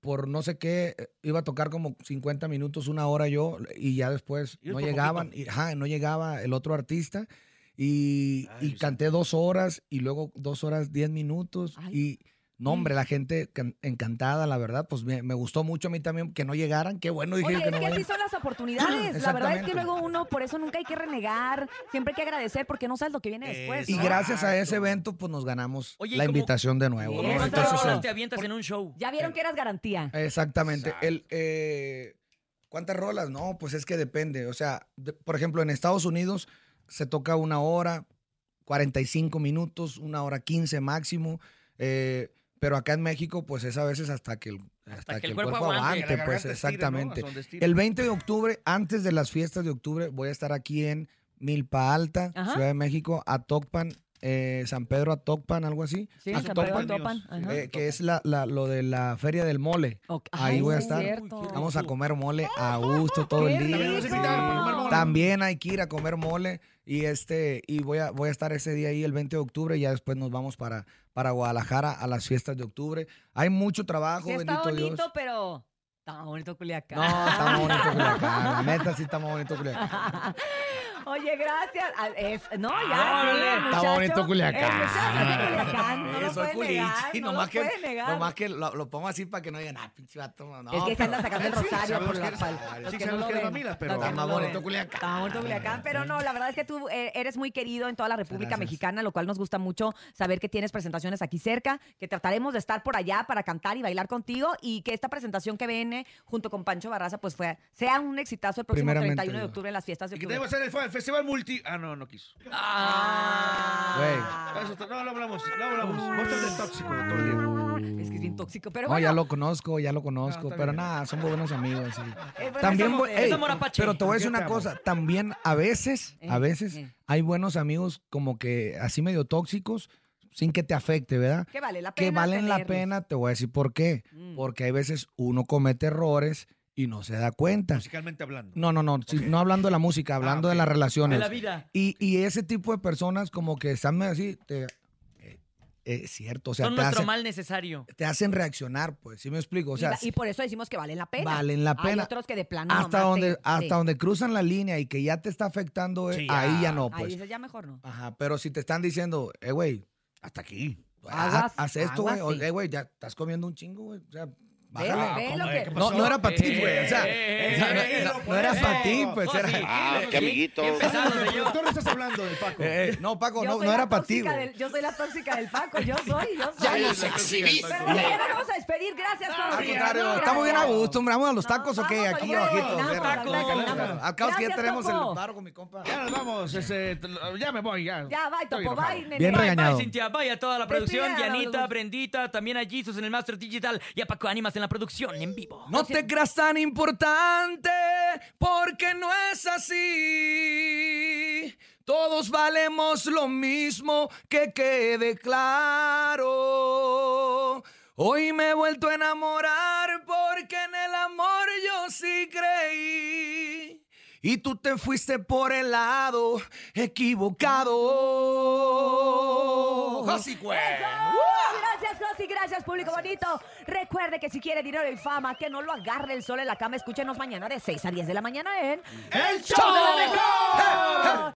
Speaker 21: Por no sé qué, eh, iba a tocar como 50 minutos, una hora yo, y ya después
Speaker 9: Ir
Speaker 21: no
Speaker 9: por
Speaker 21: llegaban, y- ajá, no llegaba el otro artista. Y, y canté dos horas y luego dos horas, diez minutos. Y no,
Speaker 5: Mm.
Speaker 21: hombre, la gente can- encantada, la verdad, pues me, me gustó mucho a mí también que no llegaran. Qué bueno, dije
Speaker 5: Oye,
Speaker 21: que
Speaker 5: es
Speaker 21: no
Speaker 5: que así
Speaker 21: vayan.
Speaker 5: son las oportunidades. La verdad es que
Speaker 21: Exactamente.
Speaker 5: luego uno, por eso nunca hay que renegar. Siempre hay que agradecer porque no sabes lo que viene después.
Speaker 21: Y
Speaker 5: ¿no?
Speaker 21: gracias a ese evento, pues nos ganamos
Speaker 5: Oye, ¿y
Speaker 21: la
Speaker 5: cómo-
Speaker 21: invitación de nuevo. ¿no?
Speaker 5: Eso.
Speaker 21: Entonces,
Speaker 5: Horas
Speaker 21: eh,
Speaker 5: te
Speaker 7: avientas en un show.
Speaker 5: Ya vieron que eras garantía.
Speaker 21: exactamente. El, eh, ¿Cuántas rolas? No, pues es que depende. O sea, de- por ejemplo, en Estados Unidos se toca una hora, 45 minutos, una hora 15 máximo. eh, pero acá en México, pues es a veces hasta que el, hasta que el cuerpo, aguante,
Speaker 9: Que la
Speaker 21: pues
Speaker 9: garganta estire, ¿no?
Speaker 21: exactamente.
Speaker 9: Hasta donde estire.
Speaker 21: El 20 de octubre, antes de las fiestas de octubre, voy a estar aquí en Milpa Alta,
Speaker 5: Ajá.
Speaker 21: Ciudad de México, a Tocpan, eh, San Pedro a Tocpan, algo así.
Speaker 5: Sí, San Pedro
Speaker 21: Tocpan,
Speaker 5: Atocpan, ajá.
Speaker 21: eh, que es la, la- lo de la Feria del Mole. Ahí
Speaker 5: Ay,
Speaker 21: voy a
Speaker 5: sí,
Speaker 21: estar.
Speaker 5: cierto. ¡Ah!
Speaker 21: Vamos a comer mole a gusto todo
Speaker 5: ¡Qué
Speaker 21: el día.
Speaker 5: rico! También nos invitaron a comer mole.
Speaker 21: También hay que ir a comer mole. Y este, y voy a, voy a estar ese día ahí el 20 de octubre, y ya después nos vamos para, para Guadalajara a las fiestas de octubre. Hay mucho trabajo,
Speaker 5: Sí está
Speaker 21: bendito
Speaker 5: bonito,
Speaker 21: Dios.
Speaker 5: pero. Está bonito Culiacán.
Speaker 21: No, está
Speaker 5: [laughs]
Speaker 21: muy bonito Culiacán. La neta sí está muy bonito Culiacán.
Speaker 5: Oye, gracias. Ah, es- no, ya.
Speaker 21: Ah,
Speaker 5: sí,
Speaker 21: órale.
Speaker 5: el
Speaker 21: Está
Speaker 5: muchacho-
Speaker 21: bonito Culiacán.
Speaker 5: el muchacho es de Culiacán, no lo
Speaker 21: Sí, eh, soy
Speaker 5: puede
Speaker 21: culichi,
Speaker 5: negar,
Speaker 21: y
Speaker 5: no lo
Speaker 21: nomás que,
Speaker 5: puede negar.
Speaker 21: nomás que lo, lo pongo así para que no digan, ah, pinche vato. No,
Speaker 5: es que se anda
Speaker 21: [laughs]
Speaker 5: sacando el
Speaker 21: pero-
Speaker 5: rosario
Speaker 21: sabemos
Speaker 5: por
Speaker 21: que
Speaker 5: la
Speaker 21: eres-
Speaker 5: espalda. Los
Speaker 21: sí,
Speaker 5: que no
Speaker 21: sabemos
Speaker 5: lo
Speaker 21: que eres
Speaker 5: ven.
Speaker 21: mamila,
Speaker 5: Los
Speaker 21: pero-
Speaker 5: que
Speaker 21: Está
Speaker 5: no
Speaker 21: más
Speaker 5: lo ven.
Speaker 21: bonito Culiacán.
Speaker 5: Está bonito Culiacán, pero no, la verdad es que tú eh, eres muy querido en toda la República
Speaker 21: Gracias.
Speaker 5: Mexicana, lo cual nos gusta mucho saber que tienes presentaciones aquí cerca, que trataremos de estar por allá para cantar y bailar contigo y que esta presentación que viene junto con Pancho Barraza pues fue, sea un exitazo el próximo
Speaker 9: Primeramente
Speaker 5: 31 de
Speaker 9: Dios.
Speaker 5: octubre en las fiestas de
Speaker 9: Y que
Speaker 5: octubre.
Speaker 9: tenemos en el, fa- el festival multi. Ah, no, no quiso.
Speaker 5: Ah.
Speaker 9: Eso está- No, lo hablamos, lo hablamos. Vos estás de tóxico todo el día.
Speaker 5: Es que es bien tóxico, pero
Speaker 21: No,
Speaker 5: bueno.
Speaker 21: ya lo conozco, ya lo conozco,
Speaker 5: está
Speaker 21: pero
Speaker 5: bien.
Speaker 21: nada, son muy buenos amigos. sí.
Speaker 5: bueno,
Speaker 21: también,
Speaker 5: es
Speaker 21: bu-
Speaker 5: amor- es
Speaker 21: ey,
Speaker 5: amor apache.
Speaker 21: pero te voy a decir
Speaker 5: Yo te
Speaker 21: una
Speaker 5: amo.
Speaker 21: cosa, también a veces, a
Speaker 5: Eh,
Speaker 21: veces
Speaker 5: eh.
Speaker 21: hay buenos amigos como que así medio tóxicos, sin que te afecte, ¿verdad?
Speaker 5: Que vale la
Speaker 21: que
Speaker 5: pena
Speaker 21: valen la
Speaker 5: tenerlos. Mm.
Speaker 21: pena, te voy a decir por qué. Porque hay veces uno comete errores y no se da cuenta.
Speaker 9: Musicalmente hablando.
Speaker 21: No, no, no, sí, no hablando de la música, hablando de las relaciones.
Speaker 9: De la vida.
Speaker 21: Y, y ese tipo de personas como que están medio así, te- eh, es cierto, o sea,
Speaker 7: Son
Speaker 21: te
Speaker 7: nuestro
Speaker 21: hacen,
Speaker 7: mal necesario.
Speaker 21: te hacen reaccionar, pues, ¿sí me explico? O
Speaker 5: y,
Speaker 21: sea,
Speaker 5: va- y por eso decimos que valen la pena.
Speaker 21: Valen la
Speaker 5: Hay
Speaker 21: pena.
Speaker 5: otros que de plano
Speaker 21: hasta
Speaker 5: nomás te-
Speaker 21: donde hasta
Speaker 5: sí.
Speaker 21: donde cruzan la línea y que ya te está afectando, eh, ahí ya no,
Speaker 5: Ahí
Speaker 21: pues.
Speaker 5: dices, ya mejor no.
Speaker 21: Ajá, pero si te están diciendo, eh, güey, hasta aquí. ha-
Speaker 5: Aguas,
Speaker 21: haz esto,
Speaker 5: aguas,
Speaker 21: güey. o,
Speaker 5: sí.
Speaker 21: Eh, güey, ya estás comiendo un chingo, güey. O sea,
Speaker 5: Ve,
Speaker 21: bájale.
Speaker 5: ve lo que-
Speaker 21: No, no era para ti, güey. O sea,
Speaker 9: Eh,
Speaker 21: o sea, no-
Speaker 9: eh,
Speaker 21: no,
Speaker 9: eh,
Speaker 21: no era
Speaker 9: eh,
Speaker 21: para
Speaker 9: eh,
Speaker 21: ti, pues
Speaker 9: no,
Speaker 21: era.
Speaker 9: sí, Ah, sí, qué sí. amiguito. Qué
Speaker 21: [laughs]
Speaker 9: pesado, señor.
Speaker 21: productor estás hablando de Paco? Eh, no, Paco,
Speaker 5: Yo
Speaker 21: no,
Speaker 5: soy
Speaker 21: no
Speaker 5: la
Speaker 21: era para ti,
Speaker 5: tóxica
Speaker 21: güey.
Speaker 5: del- Yo soy la tóxica del Paco, yo soy, yo soy.
Speaker 21: Ya nos exhibiste.
Speaker 5: Pero bueno, ya nos vamos a despedir, gracias. todos.
Speaker 21: Al contrario,
Speaker 5: Gracias.
Speaker 21: estamos bien a gusto, hombre. ¿Vamos a los tacos o qué? Aquí
Speaker 5: hombre,
Speaker 21: abajito.
Speaker 5: nada,
Speaker 21: ¿verdad?
Speaker 5: nada,
Speaker 21: Tacos,
Speaker 5: nada.
Speaker 21: tacos. Al cabo que ya
Speaker 5: Gracias,
Speaker 21: tenemos el
Speaker 5: Topo.
Speaker 21: paro con mi compa.
Speaker 9: Ya nos vamos. ese, te lo- ya me voy, ya.
Speaker 5: Ya, bye,
Speaker 9: Estoy
Speaker 5: Topo,
Speaker 9: enojado.
Speaker 5: bye, nene.
Speaker 21: Bien
Speaker 7: Bye,
Speaker 21: regañado.
Speaker 7: Bye, Cintia. Bye a toda la producción.
Speaker 5: Despídela,
Speaker 7: Dianita,
Speaker 5: los-
Speaker 7: Brendita, también a Jesus en el Master Digital y a Paco Ánimas en la producción en vivo.
Speaker 21: No te creas tan importante porque no es así. Todos valemos lo mismo, que quede claro.
Speaker 4: Hoy me he vuelto a enamorar porque en el amor yo sí creí. Y tú te fuiste por el lado equivocado.
Speaker 9: Josi
Speaker 5: Uh, Gracias, Josi, gracias, público bonito. Recuerde que si quiere dinero y fama, que no lo agarre el sol en la cama. Escúchenos mañana de 6 a 10 de la mañana en...
Speaker 4: ¡El show de la mejor!